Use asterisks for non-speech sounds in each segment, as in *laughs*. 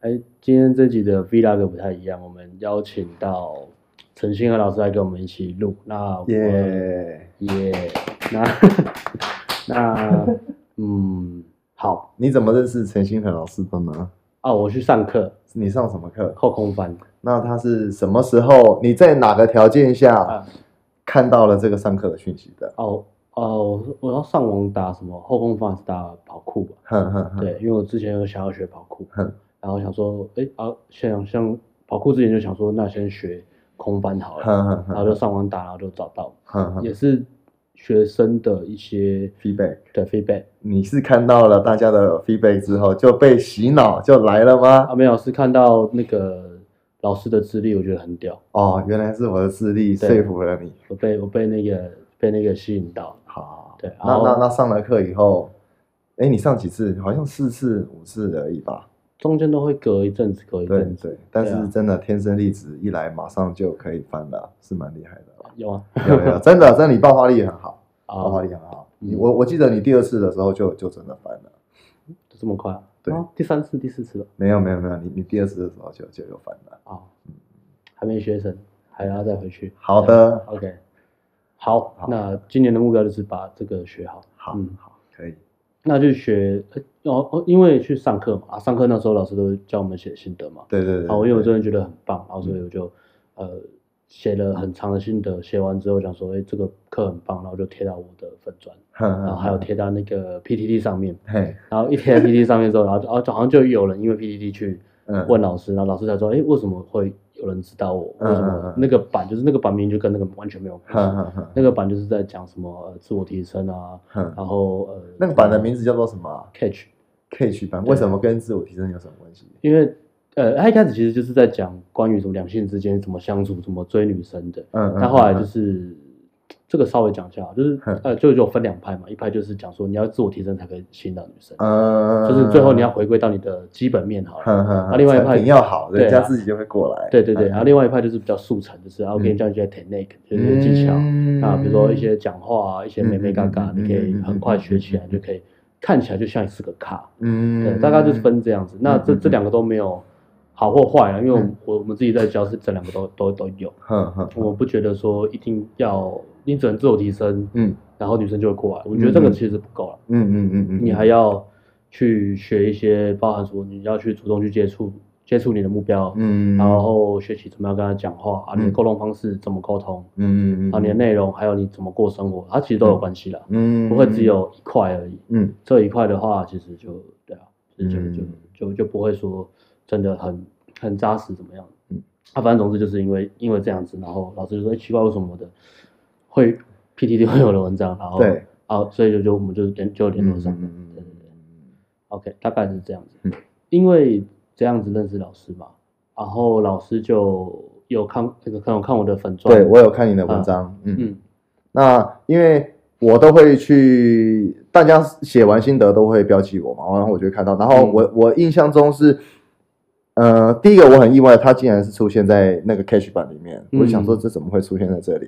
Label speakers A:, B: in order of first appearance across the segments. A: 哎，今天这集的 Vlog 不太一样，我们邀请到陈星和老师来跟我们一起录。那我
B: 耶、
A: 耶那 *laughs* 那嗯，好
B: 你怎么认识陈星恒老师的呢？
A: 啊，我去上课
B: 你上什么课？
A: 扣空翻
B: 那他是什么时候？你在哪个条件下
A: 啊，
B: 看到了这个上课的讯息的？
A: 哦哦，我我要上网打什么后空翻还是打跑酷吧？
B: 哼哼哼，
A: 对，因为我之前有想要学跑酷，
B: 嗯
A: 然后想说，哎、啊，想像跑酷之前就想说，那先学空翻好了，
B: 哼哼
A: 然后
B: 哼
A: 就上网打，然后就找到，
B: 哼哼
A: 也是学生的一些
B: 嗯，feedback，
A: 对 feedback
B: 你是看到了大家的 feedback 之后就被洗脑就来了
A: 啊，
B: 吗？
A: 没有是看到那个老师的资历，我觉得很屌，
B: 哦，原来是我的智力
A: 对
B: 说服了你。
A: 我被我被那个被那个吸引到，
B: 好，
A: 对
B: 那
A: 然后
B: 那那上了课以后，哎，你上几次？好像四次、五次而已吧。
A: 中间都会隔一阵子，隔一
B: 对
A: 阵子，
B: 对，但
A: 对啊
B: 是真的天生丽质一来，马上就可以翻了，是蛮厉害的。
A: 有吗？
B: 有有， *laughs* 真的，真的，你爆发力很好，爆发
A: 啊，
B: 力很好。
A: 嗯
B: 你我我记得你第二次的时候就就真的翻了，
A: 就这么快啊？
B: 对
A: 啊第三次、第四次了
B: 没有没有没有，你你第二次的时候就就有翻了。
A: 啊，还没学成，还要再回去。
B: 好的，
A: OK，好，
B: 好
A: 那今年的目标就是把这个学好。
B: 好
A: 嗯，
B: 好，可以。
A: 那就学，呃哦哦，因为去上课嘛，啊，上课那时候老师都会教我们写心得嘛，
B: 对对对，
A: 啊，我因为我
B: 对
A: 真
B: 嗯
A: 的觉得很棒，然后所以我就呃写了很长的心得，写完之后讲说，哎，这个课很棒，然后就贴到我的粉砖，
B: 哼
A: 然后
B: 哼
A: 还有贴到那个 PTT 上面，
B: 嘿，
A: 然后一贴在 PTT 上面之后，然后就哦，就好像就有人因为 PTT 去
B: 嗯，
A: 问老师，然后老师才说，哎，为什么会有人知道我？为什
B: 嗯嗯
A: 么
B: 嗯
A: 那个版就是那个版名就跟那个完全没有关系
B: 哼？哼哼
A: 那个版就是在讲什么、呃、自我提升啊，
B: 哼，
A: 然后呃
B: 那个版的名字叫做什么啊
A: catch，
B: ？Catch 版，为什么跟自我提升有什么关系？
A: 因为呃他一开始其实就是在讲关于什么两性之间怎么相处、怎么追女生的，
B: 嗯，嗯
A: 但后来就
B: 嗯
A: 是这个稍微讲一下啊，就是
B: 嗯
A: 呃就就有分两派嘛，一派就是讲说你要自我提升才可以吸引到女生，
B: 嗯，
A: 就是最后你要回归到你的基本面好了。
B: 哼，哼嗯哼
A: 啊另外一派
B: 产品要好，
A: 对啊
B: 人家自己就会过来。
A: 对对对，然后另外一派就是比较速成，就是啊我给你教一些 technique，、就是一些技巧，
B: 嗯
A: 啊，比如说一些讲话啊，一些美美嘎嘎，
B: 嗯嗯嗯嗯
A: 你可以
B: 嗯嗯
A: 很快学起来，就可以看起来就像是个卡。
B: 嗯，
A: 对，大概就是分这样子。那这这两个都没有好或坏啊，因为我
B: 嗯
A: 们我我们自己在教是这两个都都都有。
B: 哼，哼哼，
A: 我不觉得说一定要你只能自我提升，
B: 嗯
A: 然后女生就会过来。我觉得这个其实不够了，
B: 嗯嗯嗯嗯，
A: 你还要去学一些，包含说你要去主动去接触接触你的目标，
B: 嗯，
A: 然后学习怎么样跟他讲话啊，你的
B: 嗯
A: 沟通方式怎么沟通
B: 嗯嗯嗯，
A: 啊，你的内容还有你怎么过生活，它其实都有关系啦，
B: 嗯，
A: 不会只有一块而已。
B: 嗯
A: 这一块的话，其实就对啊，就就就
B: 嗯
A: 就就不会说真的很很扎实怎么样。
B: 嗯，
A: 啊，反正总之就是因为因为这样子，然后老师就说，哎、奇怪，为什么我的会 PTT 会有的文章，然后
B: 对，
A: 啊，所以就就我们就联就联络上了。
B: 嗯
A: 对对对
B: 嗯
A: ，OK，大概是这样子。
B: 嗯
A: 因为这样子认识老师嘛，然后老师就有看那个看我看我的粉砖，
B: 对我有看你的文章，嗯，
A: 嗯
B: 那因为我都会去，大家写完心得都会标记我嘛，然后我就会看到，然后
A: 嗯
B: 我我印象中是。呃，第一个我很意外，它竟然是出现在那个 cache 版里面，我就想
A: 嗯
B: 说这怎么会出现在这里？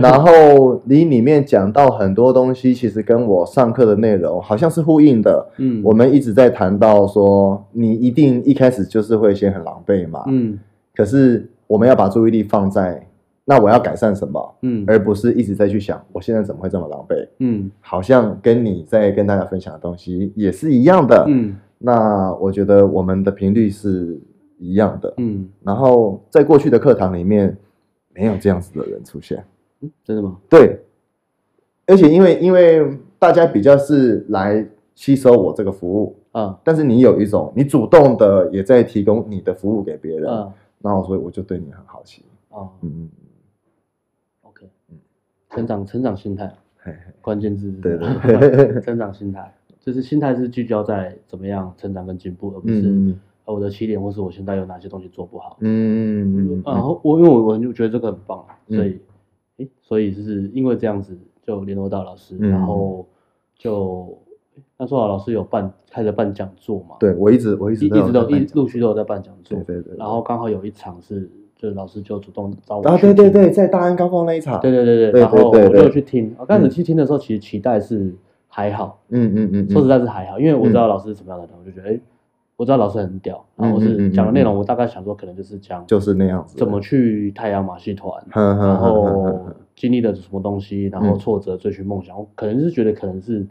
B: 然后你里面讲到很多东西，其实跟我上课的内容好像是呼应的。
A: 嗯，
B: 我们一直在谈到说，你一定一开始就是会先很狼狈嘛，
A: 嗯
B: 可是我们要把注意力放在那我要改善什么，
A: 嗯
B: 而不是一直在去想我现在怎么会这么狼狈，
A: 嗯
B: 好像跟你在跟大家分享的东西也是一样的。
A: 嗯
B: 那我觉得我们的频率是一样的。
A: 嗯
B: 然后在过去的课堂里面，没有这样子的人出现。
A: 嗯，真的吗？
B: 对，而且因为因为大家比较是来吸收我这个服务，
A: 啊
B: 但是你有一种你主动的也在提供你的服务给别人，
A: 啊
B: 然后所以我就对你很好奇。
A: 啊！
B: 嗯，
A: OK，
B: 嗯
A: 成长成长心态，
B: 嘿嘿，
A: 关键字是
B: 对
A: 这
B: 对
A: 个
B: 对，
A: *laughs* 成长心态，就是心态是聚焦在怎么样成长跟进步，而不是
B: 嗯
A: 呃我的起点或是我现在有哪些东西做不好。呃
B: 嗯
A: 然后我因为我我就觉得这个很棒，啊
B: 嗯
A: 所以诶，所以就是因为这样子就联络到老师，
B: 嗯
A: 然后就那时候老师有办开始办讲座嘛，，
B: 对我一直我一
A: 一
B: 直
A: 一直都
B: 一
A: 一陆续都有在办讲座
B: 对，对对，
A: 然后刚好有一场是就是老师就主动找我
B: 啊
A: 去
B: 对对
A: 听
B: 对，在大安高峰那一场，
A: 对对对对，
B: 对
A: 然后我
B: 对对
A: 就
B: 对嗯
A: 有去听，我刚开始去听的时候，其实期待是还好，
B: 嗯嗯嗯，嗯
A: 说实在是还好，因为我知道老师是什么样的人，我就觉得，哎，我我知道老师很屌，然后我
B: 嗯嗯嗯
A: 是
B: 嗯
A: 讲的内容，我大概想说可能就是讲
B: 就是嗯那样子。
A: 怎么？去太阳马戏团，
B: 哼
A: 然
B: 哼哼哼
A: 后
B: 哼
A: 经历了什么东西，然后
B: 嗯
A: 挫折追寻梦想，我可能是觉得可能是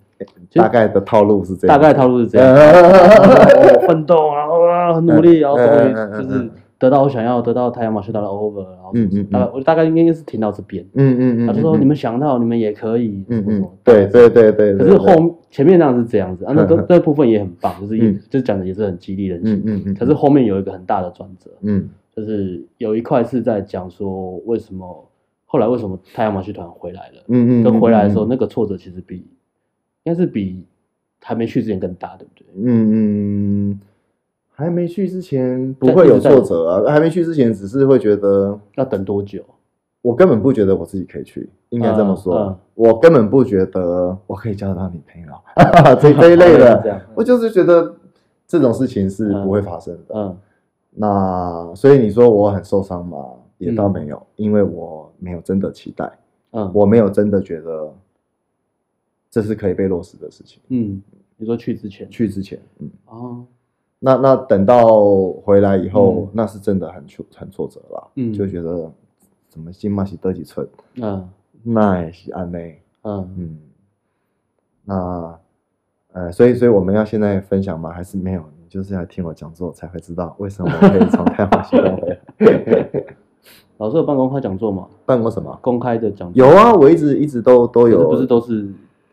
A: 其实
B: 大概的嗯套路是这
A: 大
B: 样。
A: 概套路是这样，
B: 概
A: 我奋斗，然后啊很努力，然后终
B: 嗯嗯
A: 于
B: 嗯
A: 就是得到我想要，得到太阳马戏团的 over，然后
B: 嗯嗯嗯
A: 大概我大概应该是听到这边，
B: 嗯嗯嗯，
A: 他就说
B: 嗯
A: 你，们想到你们也可以，
B: 嗯
A: 什么什
B: 嗯
A: 么，
B: 对对对对。
A: 可
B: 对
A: 是
B: 对
A: 后前面那样是这样子啊，那都
B: 嗯嗯
A: 那部分也很棒，就是也
B: 嗯
A: 就是讲的也是很激励人
B: 嗯
A: 心。
B: 嗯嗯，
A: 可是后面有一个很大的转折，
B: 嗯
A: 就是有一块是在讲说为什么后来为什么太阳马戏团回来了，
B: 嗯嗯，
A: 跟回来的时候
B: 嗯
A: 那个挫折其实比应该是比还没去之前更大，对不对？
B: 嗯嗯，还没去之前不
A: 在
B: 会
A: 一直
B: 有
A: 在
B: 挫折啊，还没去之前只是会觉得
A: 要等多久？
B: 我根本不觉得我自己可以去，应该这么说，
A: 嗯嗯
B: 我根本不觉得我可以交到女朋友，这 *laughs* 这一
A: 大概是
B: 类
A: 这
B: 的，
A: 样，
B: 我就是觉得这种事情是不会发生的。
A: 嗯嗯
B: 那所以你说我很受伤吗？也倒
A: 嗯
B: 没有，因为我没有真的期待，
A: 嗯，
B: 我没有真的觉得这是可以被落实的事情。
A: 嗯，你说去之前
B: 去之前，嗯，
A: 哦，
B: 那那等到回来以后，
A: 嗯
B: 那是真的很挫很挫折啦，
A: 嗯
B: 就觉得怎么新马是得几寸，
A: 嗯
B: 那也是安内。
A: 嗯
B: 嗯，那呃，所以所以我们要现在分享吗？还是没有？你就是要听我讲座才会知道为什么我可以从太阳系统回来。
A: 老师有办公开讲座吗？
B: 办过什么？
A: 公开的讲座
B: 有啊，我一直一直都都
A: 可是
B: 有。
A: 不是都是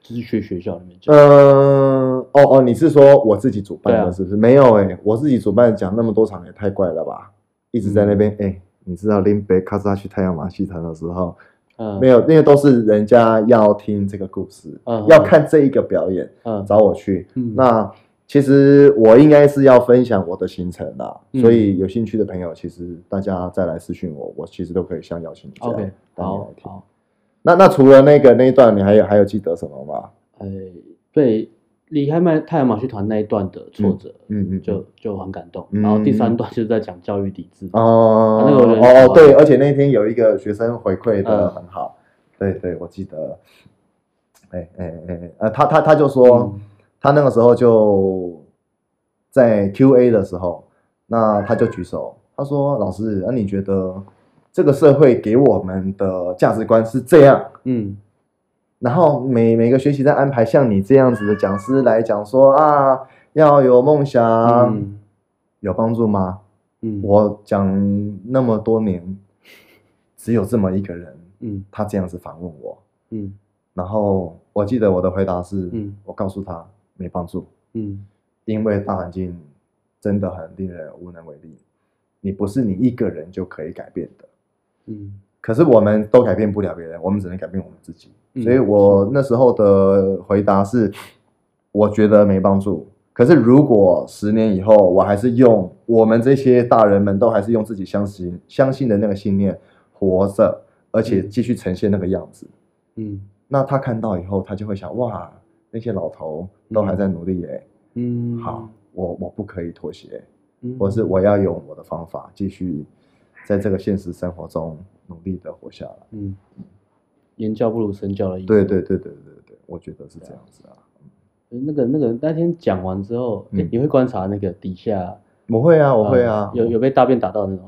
A: 就是去学校里面讲？
B: 呃，哦哦，你是说我自己主办
A: 对
B: 的，
A: 啊
B: 是不是？没有哎、我自己主办讲那么多场也太怪了吧！一直在那边哎、你知道林北咔嚓去太阳马戏团的时候，
A: 嗯，
B: 没有，因为都是人家要听这个故事，
A: 嗯
B: 要看这一个表演，
A: 嗯
B: 找我去。
A: 嗯
B: 那其实我应该是要分享我的行程啦，
A: 嗯
B: 所以有兴趣的朋友，其实大家再来私讯我，我其实都可以像邀请你这样
A: OK
B: 当面
A: 好
B: 来听。
A: 好。
B: 那那除了那个那一段，你还有还有记得什么吗？
A: 呃，对，离开麦太阳马戏团那一段的挫折，
B: 嗯嗯，
A: 就就很感动。
B: 嗯
A: 然后第三段就是在讲教育抵制，
B: 哦
A: 啊那个我觉得很
B: 哦
A: 好
B: 对，而且那天有一个学生回馈的
A: 嗯
B: 很好，对对，我记得。哎哎哎，哎呃，他他他就说，
A: 嗯
B: 他那个时候就在 Q&A 的时候，那他就举手，他说：“老师，啊那、你觉得这个社会给我们的价值观是这样？
A: 嗯
B: 然后每每个学期在安排像你这样子的讲师来讲说啊，要有梦想，
A: 嗯
B: 有帮助吗？
A: 嗯，
B: 啊我讲那么多年，只有这么一个人，
A: 嗯
B: 他这样子反问我，
A: 嗯
B: 然后我记得我的回答是，
A: 嗯
B: 我告诉他没帮助。”
A: 嗯
B: 因为大环境真的很令人无能为力，你不是你一个人就可以改变的。
A: 嗯
B: 可是我们都改变不了别人，我们只能改变我们自己。
A: 嗯
B: 所以我那时候的回答是，我觉得没帮助。可是如果十年以后，我还是用我们这些大人们都还是用自己相信相信的那个信念活着，而且继续呈现那个样子，
A: 嗯
B: 那他看到以后，他就会想：哇，那些老头都还在努力耶、
A: 嗯，
B: 好，我我不可以妥协，
A: 嗯，
B: 或是我要用我的方法继续在这个现实生活中努力的活下来。
A: 嗯，言教不如身教的意思。
B: 对对对对对对，我觉得是这样子啊。
A: 那个那个那天讲完之后，
B: 嗯
A: 诶你会观察那个底下，
B: 我会啊，我会啊。
A: 嗯有有被大便打到那种，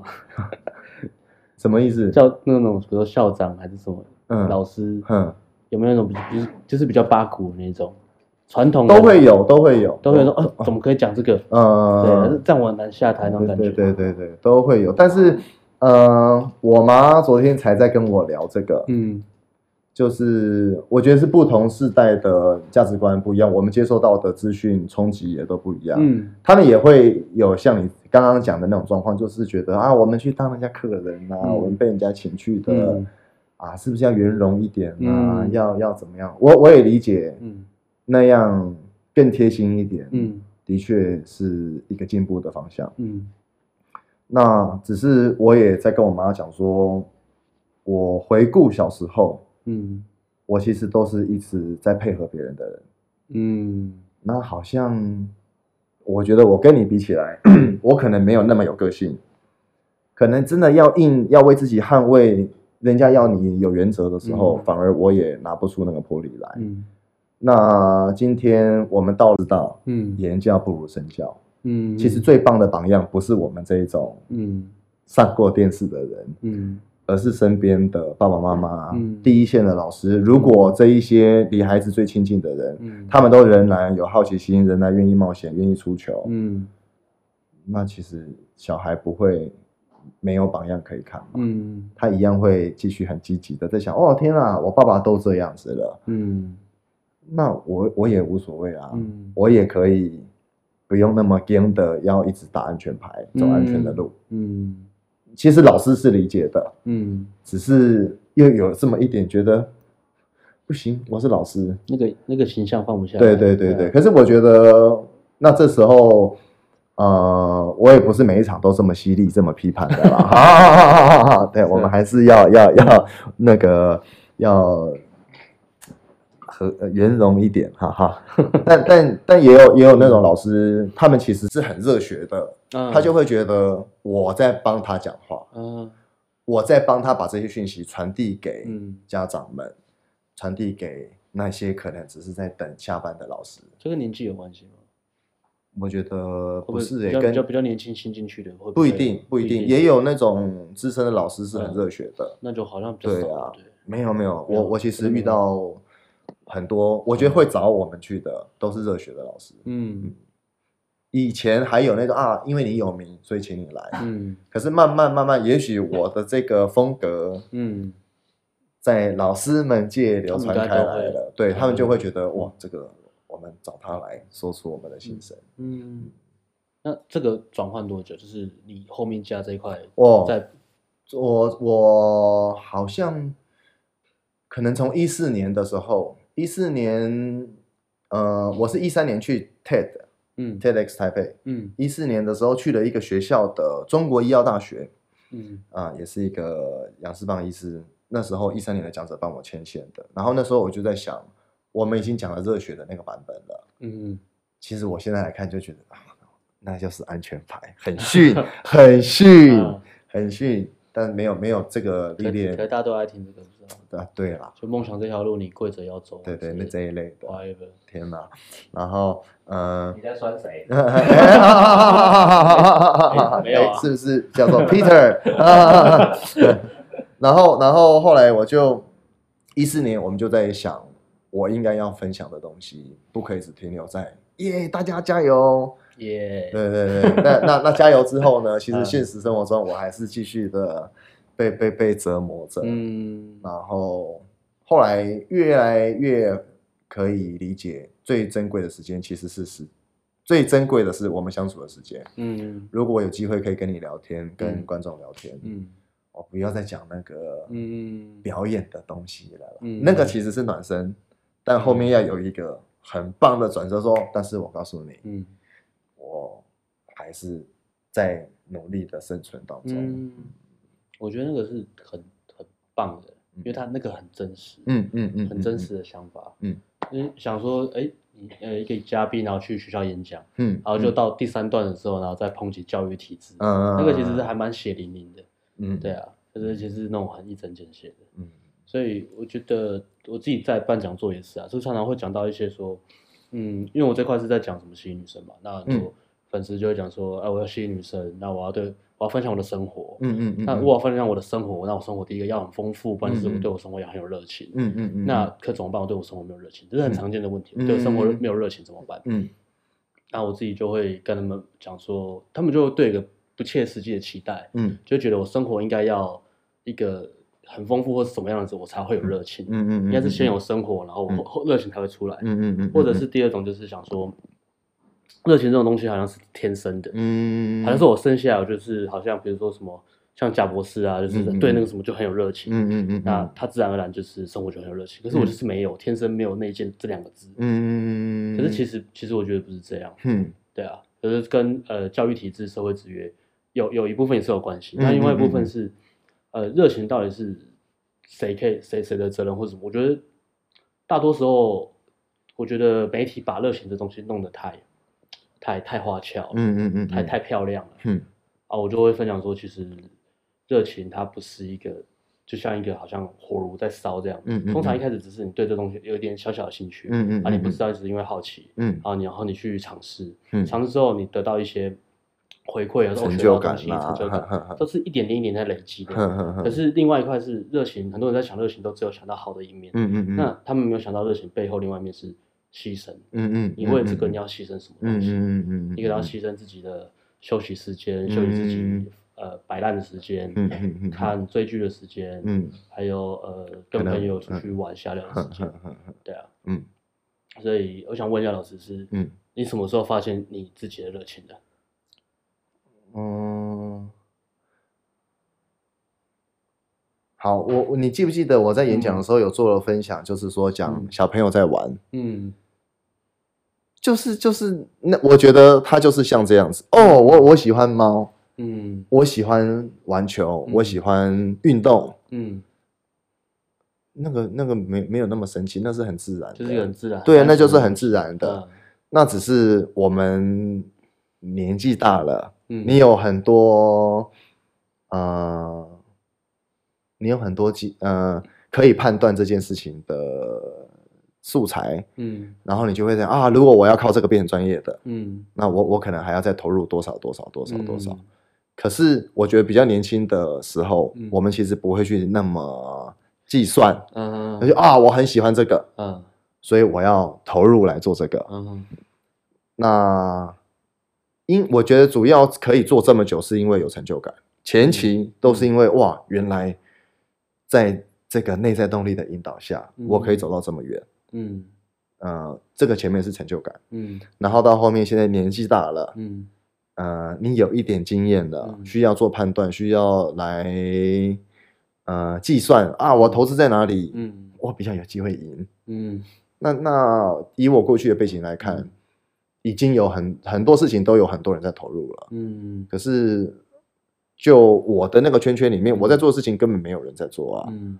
B: 什么意思？
A: 叫那种比如说校长还是什么
B: 嗯
A: 老师，
B: 嗯，
A: 有没有那种就是就是比较八股那种传统的
B: 都会有，哦都会有，嗯
A: 都会说，呃，怎么可以讲这个？对，
B: 呃，
A: 这样我很难下台那种
B: 对
A: 感觉。
B: 对对对对，都会有。但是，呃，我妈昨天才在跟我聊这个，
A: 嗯
B: 就是我觉得是不同世代的价值观不一样，我们接受到的资讯冲击也都不一样。
A: 嗯
B: 他们也会有像你刚刚讲的那种状况，就是觉得啊，我们去当人家客人啊，
A: 嗯
B: 我们被人家请去的、
A: 嗯
B: 啊，是不是要圆融一点啊？
A: 嗯
B: 要要怎么样？我我也理解
A: 嗯
B: 那样更贴心一点，，
A: 嗯
B: 的确是一个进步的方向。
A: 嗯
B: 那只是我也在跟我妈讲说，我回顾小时候，
A: 嗯
B: 我其实都是一直在配合别人的人。
A: 嗯
B: 那好像，我觉得我跟你比起来， *clears throat* 我可能没有那么有个性，可能真的要硬要为自己捍卫，人家要你有原则的时候，
A: 嗯
B: 反而我也拿不出那个魄力来。
A: 嗯
B: 那今天我们到知道，
A: 嗯
B: 言教不如身教，
A: 嗯，
B: 其实最棒的榜样不是我们这一种
A: 嗯
B: 上过电视的人，
A: 嗯
B: 而是身边的爸爸妈妈、
A: 嗯
B: 第一线的老师。如果这一些离孩子最亲近的人，
A: 嗯，
B: 他们都仍然有好奇心，仍然愿意冒险，愿意出球，
A: 嗯
B: 那其实小孩不会没有榜样可以看嘛。
A: 嗯
B: 他一样会继续很积极的在想，哦天啊，我爸爸都这样子了，
A: 嗯
B: 那我我也无所谓啊，
A: 嗯
B: 我也可以不用那么僵的要一直打安全牌，走安全的路。
A: 嗯
B: 其实老师是理解的，
A: 嗯，
B: 只是又有这么一点觉得不行，我是老师，
A: 那个那个形象放不下来。
B: 对对对对。
A: 啊，
B: 可是我觉得那这时候。呃，我也不是每一场都这么犀利、这么批判的啦。好好好好好好好，对我们还是要要要那个要和呃圆融一点，哈哈。但但但也有也有那种老师，他们其实是很热血的，
A: 嗯
B: 他就会觉得我在帮他讲话，
A: 啊
B: 我在帮他把这些讯息传递给
A: 嗯，
B: 家长们，传递给那些可能只是在等下班的老师。
A: 这跟年纪有关系吗？
B: 我觉得
A: 会不
B: 不
A: 会
B: 是
A: 比
B: 诶、
A: 较比较
B: 跟
A: 比较年轻新进去的，会
B: 不
A: 会
B: 一定不一定，
A: 定
B: 也有那种资深的老师是很热血的。
A: 那就好像比较
B: 对
A: 少
B: 啊
A: 了对，
B: 没有没有，
A: 没有
B: 我我其实
A: 真的没
B: 遇
A: 有
B: 到很多，我觉得会找我们去的都是热血的老师。
A: 嗯
B: 以前还有那种啊，因为你有名，所以请你来。
A: 嗯
B: 可是慢慢慢慢，也许我的这个风格
A: 嗯
B: 在老师们界流传开
A: 他
B: 来
A: 们应该都嗯
B: 了，对他们就会觉得哇，这个我们找他来说出我们的心声。
A: 嗯。那这个转换多久？就是你后面加这一块，
B: 哦，
A: 在
B: 我我好像可能从一四年的时候，一四年，呃，我是一三年去 TED
A: 嗯
B: TEDx 台北，
A: 嗯
B: 一四年的时候去了一个学校的中国医药大学，
A: 嗯
B: 啊、也是一个杨世邦医师。那时候一三年的讲者帮我牵线的，然后那时候我就在想，我们已经讲了热血的那个版本了，
A: 嗯
B: 其实我现在来看就觉得啊，那就是安全牌，很逊，很逊，
A: 啊
B: 很逊，但没有没有这个
A: 可
B: 嗯历
A: 可
B: 练
A: 大家都爱听这个，不知道吗？
B: 啊，对啦，
A: 就梦想这条路，你跪着要走啊。
B: 对对，
A: 之
B: 那
A: 类的
B: 这一类的，
A: whatever。
B: 天
A: *laughs*
B: 哪，然后嗯。
C: *laughs*
B: *laughs*
C: 你在酸谁？
B: 哎
A: 没有啊
B: 是不是叫
A: *laughs*
B: 做 Peter？对然后，然后后来我就一四年，我们就在想，我应该要分享的东西，不可以只停留在耶，大家
A: *laughs*
B: 加油！
A: 耶。
B: 对对对，那那那加油之后呢？其实
A: 嗯
B: 现实生活中，我还是继续的被被被折磨着。
A: 嗯
B: 然后后来越来越可以理解，最珍贵的时间其实是时，最珍贵的是我们相处的时间。
A: 嗯
B: 如果我有机会可以跟你聊天，跟
A: 嗯
B: 观众聊天，
A: 嗯
B: 我不要再讲那个
A: 嗯
B: 表演的东西了啦，
A: 嗯
B: 那个其实是暖身，但后面要有一个很棒的转折说，但是我告诉你，
A: 嗯
B: 我还是在努力的生存当中。嗯
A: 嗯，我觉得那个是很很棒的，因为他那个很真实。
B: 嗯嗯嗯，
A: 很真实的想法。
B: 嗯，
A: 因为想说，哎、你呃一个嘉宾，然后去学校演讲，
B: 嗯，嗯，
A: 然后就到第三段的时候，然后再抨击教育体制，
B: 嗯，嗯，
A: 那个其实是还蛮血淋淋的。
B: 嗯
A: 对啊，就是其实那种很一针见血的。
B: 嗯
A: 所以我觉得我自己在办讲座也是啊，就常常会讲到一些说，嗯，因为我这块是在讲什么吸引女生嘛，那很
B: 嗯
A: 多粉丝就会讲说，哎、我要吸引女生，那我要对我要分享我的生活。
B: 嗯嗯嗯，
A: 那
B: 嗯
A: 如果要分享我的生活，那我生活第一个要很丰富，不然就是
B: 嗯
A: 我
B: 嗯
A: 对我生活也很有热情。
B: 嗯嗯嗯，
A: 那可怎么办？我对我生活没有热情，这是很常见的问题。
B: 嗯
A: 对生活
B: 嗯
A: 没有热情怎么办？
B: 嗯
A: 那我自己就会跟他们讲说，他们就对一个不切实际的期待，
B: 嗯
A: 就觉得我生活应该要一个很丰富或是什么样子，我才会有热情。
B: 嗯嗯，
A: 应该是先有生活，然后我后热情才会出来。
B: 嗯嗯嗯，
A: 或者是第二种就是想说，热情这种东西好像是天生的，
B: 嗯，
A: 好像是我生下来就是好像比如说什么像贾博士啊，就是
B: 嗯嗯
A: 对那
B: 嗯
A: 个什么就很有热情。
B: 嗯嗯嗯，
A: 那他自然而然就是生活就很有热情。可是我就是没有，天生没有内建这两个字。
B: 嗯嗯嗯，
A: 可是其
B: 实
A: 实其实我觉得不是这样，
B: 嗯
A: 对啊，可是跟呃教育体制、社会制约有有一部分也是有关系，
B: 嗯
A: 那另外一部
B: 嗯嗯
A: 分是呃热情到底是谁可以谁谁的责任或什么？我觉得大多时候，我觉得媒体把热情这东西弄得太太太花俏了，
B: 嗯嗯嗯，
A: 太太漂亮了。
B: 嗯
A: 啊，我就会分享说，其实热情它不是一个就像一个好像火炉在烧这样。
B: 嗯嗯，
A: 通常一
B: 嗯
A: 开始只是你对这东西有一点小小的兴趣，
B: 嗯嗯，
A: 啊，你不
B: 嗯
A: 知道，只是因为好奇，
B: 嗯
A: 然后你然后你去尝试，
B: 嗯，
A: 尝试之后你得到一些回馈，然后
B: 成
A: 学
B: 就
A: 到东
B: 感
A: 西，
B: 啦，
A: 成就感，
B: 哼
A: 都是一点点一点在累积的。
B: 哼哼哼
A: 可是另外一块是热情，很多人在想热情，都只有想到好的一面，
B: 嗯嗯嗯，
A: 那他们没有想到热情背后另外一面是牺牲。
B: 嗯嗯，
A: 你为这个
B: 嗯
A: 你要牺牲什么
B: 嗯
A: 东西？
B: 嗯嗯嗯，
A: 一个人要
B: 嗯
A: 牺牲自己的休息时间、休息自
B: 嗯
A: 己呃摆烂的时间、
B: 嗯嗯嗯，
A: 看追剧的时间，
B: 嗯
A: 还有呃跟
B: 可能嗯
A: 朋友出去玩瞎聊的
B: 哼
A: 时间
B: 哼，哼哼
A: 对啊。
B: 嗯
A: 所以我想问一下老师是，
B: 嗯
A: 你什么时候发现你自己的热情的？
B: 嗯。好，我我你记不记得我在演讲的时候有做了分享，就是说讲
A: 嗯
B: 小朋友在玩，
A: 嗯
B: 就是就是那我觉得他就是像这样子哦，我我喜欢猫，
A: 嗯
B: 我喜欢玩球，
A: 嗯
B: 我喜欢运动，
A: 嗯，
B: 那个那个没没有那么神奇，那是很自然的，
A: 就是一个很自然，
B: 对，啊
A: 单纯
B: 那就是
A: 的
B: 很
A: 东西
B: 自然的。
A: 嗯
B: 那只是我们年纪大了，
A: 嗯，
B: 你有很多呃，你有很多机呃可以判断这件事情的素材，
A: 嗯
B: 然后你就会想啊，如果我要靠这个变成专业的，
A: 嗯
B: 那我我可能还要再投入多少多少多少多少。
A: 嗯
B: 可是我觉得比较年轻的时候，
A: 嗯
B: 我们其实不会去那么计算，
A: 嗯
B: 那就啊，我很喜欢这个，
A: 嗯
B: 所以我要投入来做这个。
A: 嗯
B: 那因我觉得主要可以做这么久，是因为有成就感。前
A: 嗯
B: 期都是因为、哇，原来在这个内在动力的引导下，
A: 嗯
B: 我可以走到这么远。
A: 嗯
B: 呃，这个前面是成就感，
A: 嗯
B: 然后到后面现在年纪大了，
A: 嗯
B: 呃，你有一点经验了，
A: 嗯
B: 需要做判断，需要来呃计算啊，我投资在哪里，
A: 嗯
B: 我比较有机会赢。
A: 嗯
B: 那那以我过去的背景来看，
A: 嗯
B: 已经有很很多事情都有很多人在投入了，
A: 嗯
B: 可是就我的那个圈圈里面，我在做的事情根本没有人在做啊。
A: 嗯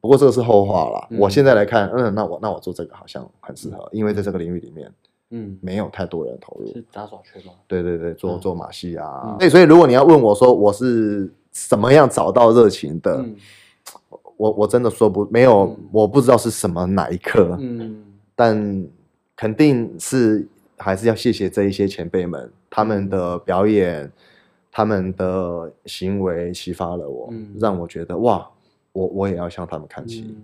B: 不过这个是后话啦，
A: 嗯
B: 我现在来看，嗯，那我那我做这个好像很适合，因为在这个领域里面
A: 嗯，
B: 没有太多人投入。
A: 是杂耍圈吗？
B: 对对对，做
A: 嗯
B: 做马戏啊
A: 嗯。
B: 对，所以如果你要问我说我是怎么样找到热情的，
A: 嗯
B: 我我真的说不没有
A: 嗯，
B: 我不知道是什么哪一刻，
A: 嗯
B: 但肯定是还是要谢谢这一些前辈们，他
A: 嗯
B: 们的表演，他们的行为启发了我，
A: 嗯
B: 让我觉得哇，我我也要向他们看齐。
A: 嗯，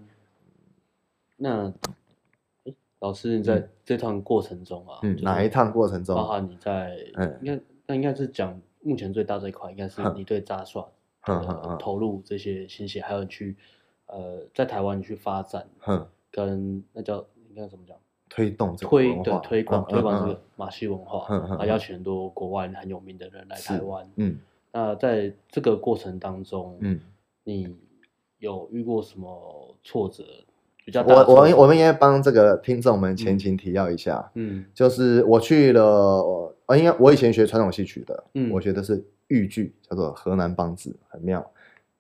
A: 那诶老师你在这趟过程中啊，
B: 嗯
A: 就，是
B: 哪一趟过程中
A: 包，含你在
B: 嗯
A: 应该那应该是讲目前最大这一块，应该是
B: 哼
A: 你对杂耍
B: 哼哼
A: 呃
B: 哼
A: 投入这些心血，还有你去呃在台湾你去发展
B: 哼，
A: 跟那叫应该怎么讲？
B: 推动这个
A: 推
B: 文
A: 对
B: 化
A: 推广
B: 嗯
A: 推广这
B: 嗯
A: 个马戏文化，
B: 嗯嗯
A: 啊，邀请很多国外很有名的人来
B: 是
A: 台湾。
B: 嗯
A: 那在这个过程当中，
B: 嗯，
A: 你有遇过什么挫折？比较大
B: 我
A: 的挫折
B: 我我们应该帮这个听众们前情提要一下，
A: 嗯
B: 就是我去了，呃，应该我以前学传统戏曲的，
A: 嗯
B: 我学的是豫剧，叫做河南梆子，很妙。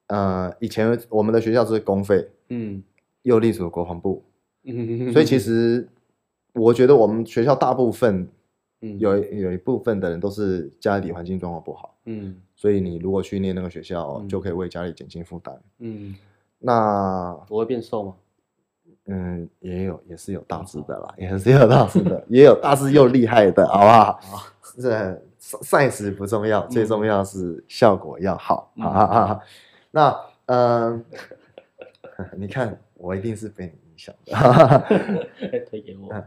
B: 呃，以前我们的学校是公费，
A: 嗯
B: 又隶属国防部，
A: 嗯，
B: 所以其实我觉得我们学校大部分
A: 嗯
B: 有有一部分的人都是家里环境状况不好，
A: 嗯
B: 所以你如果去念那个学校，
A: 嗯
B: 就可以为家里减轻负担。
A: 嗯，
B: 那
A: 我会变瘦吗？ *laughs*
B: 嗯，也有也是有大只的
A: 哦
B: 啦，也是有大
A: *laughs*
B: 只的，也有大只又厉害的，好不好？
A: 啊，
B: *laughs* 这 size 不重要，最
A: 嗯
B: 重要是效果要好，
A: 嗯
B: 哈哈哈哈。那嗯、 *laughs* 呃你看我一定是被你影响的，哈哈哈。
A: 哎推给我。
B: 嗯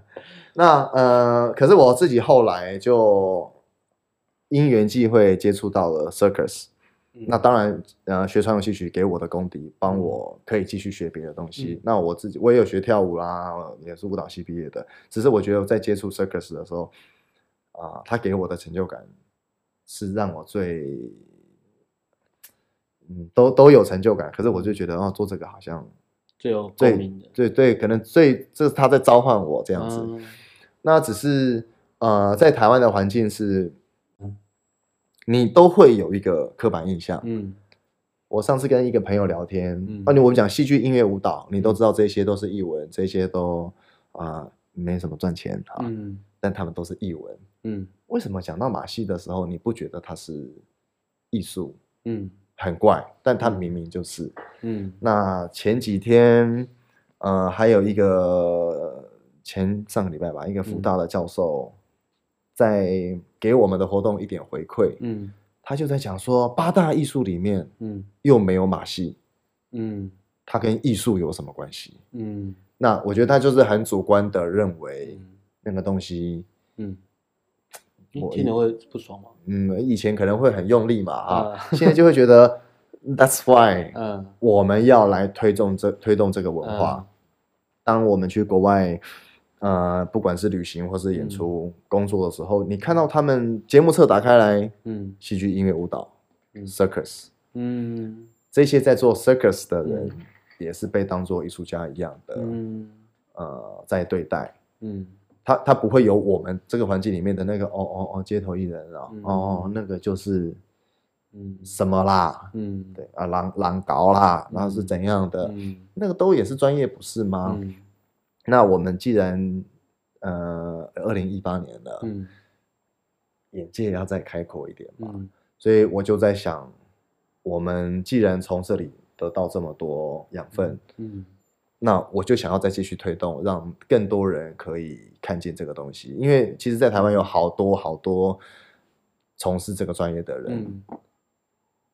B: 那呃，可是我自己后来就因缘际会接触到了 circus，、
A: 嗯
B: 那当然呃，学传统戏曲给我的功底，帮我可以继续学别的东西。
A: 嗯
B: 那我自己我也有学跳舞啦，也是舞蹈系毕业的，只是我觉得我在接触 circus 的时候，啊、他给我的成就感是让我最。嗯，都都有成就感，可是我
A: 嗯
B: 就觉得，哦，做这个好像
A: 最有
B: 最
A: 共鸣的
B: 对对，可能最这是他在召唤我这样子。
A: 嗯
B: 那只是呃，在台湾的环境是
A: 嗯，
B: 你都会有一个刻板印象。
A: 嗯
B: 我上次跟一个朋友聊天，
A: 嗯
B: 啊，你我们讲戏剧、音乐、舞蹈，你都知道这些都是译文，这些都啊、呃没什么赚钱啊，
A: 嗯
B: 但他们都是译文。
A: 嗯
B: 为什么讲到马戏的时候，你不觉得它是艺术？
A: 嗯
B: 很怪，但它明明就是。
A: 嗯
B: 那前几天，呃，还有一个前上个礼拜吧，一个
A: 嗯
B: 福大的教授在给我们的活动一点回馈，
A: 嗯
B: 他就在讲说，八大艺术里面
A: 嗯
B: 又没有马戏，
A: 嗯
B: 它跟艺术有什么关系？
A: 嗯
B: 那我觉得他就是很主观的认为
A: 嗯
B: 那个东西，
A: 嗯，你
B: *laughs* 我
A: 听了会不爽吗？
B: 嗯，以前可能会很用力嘛啊，
A: 啊，
B: 现在就会觉得 that's
A: *laughs*
B: why
A: 嗯
B: 我们要来推动这推动这个文化。
A: 嗯
B: 当我们去国外，呃，不管是旅行或是演出、工作的时候，你看到他们节目册打开来，
A: 嗯
B: 戏剧、音乐、舞蹈、
A: 嗯
B: circus
A: 嗯
B: 这些在做 circus 的人，
A: 嗯
B: 也是被当做艺术家一样的、
A: 嗯
B: 呃在对待。
A: 嗯
B: 他他不会有我们这个环境里面的那个哦哦哦街头艺人啊、
A: 嗯
B: 哦哦那个就是
A: 嗯
B: 什么啦，
A: 嗯，
B: 对啊狼狼搞啦，
A: 嗯
B: 然后是怎样的，
A: 嗯
B: 那个都也是专业不是吗？
A: 嗯
B: 那我们既然呃，二零一八年了，
A: 嗯
B: 眼界要再开阔一点嘛，
A: 嗯
B: 所以我就在想，我们既然从这里得到这么多养分，
A: 嗯
B: 那我就想要再继续推动，让更多人可以看见这个东西。因为其实，在台湾
A: 嗯
B: 有好多好多从事这个专业的人，
A: 嗯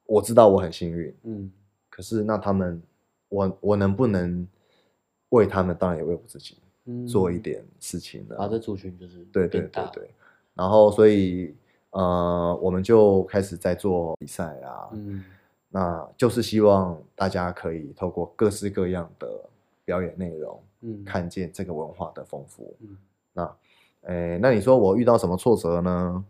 B: 我知道我很幸运，
A: 嗯
B: 可是那他们，我我能不能为他们，当然也为我自己
A: 嗯，
B: 做一点事情呢？
A: 啊，这族群就是
B: 对对
A: 变
B: 对
A: 大
B: 对，然后所以呃，我们就开始在做比赛啊，
A: 嗯
B: 那就是希望大家可以透过各式各样的表演内容，
A: 嗯
B: 看见这个文化的丰富。
A: 嗯
B: 那，诶，那你说我遇到什么挫折呢？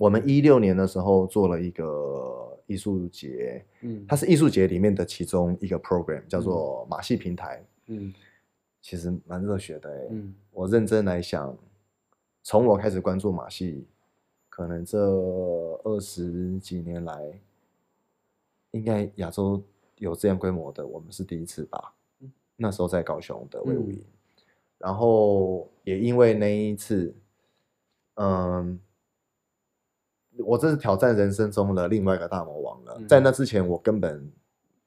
B: 我们一六年的时候做了一个艺术节，
A: 嗯，
B: 它是艺术节里面的其中一个 program，叫做马戏平台，
A: 嗯
B: 其实蛮热血的诶。
A: 嗯
B: 我认真来想，从我开始关注马戏，可能这二十几年来，应该亚洲有这样规模的，我们是第一次吧
A: 嗯。
B: 那时候在高雄的魏武营，然后也因为那一次，嗯，我这是挑战人生中的另外一个大魔王了。
A: 嗯
B: 在那之前，我根本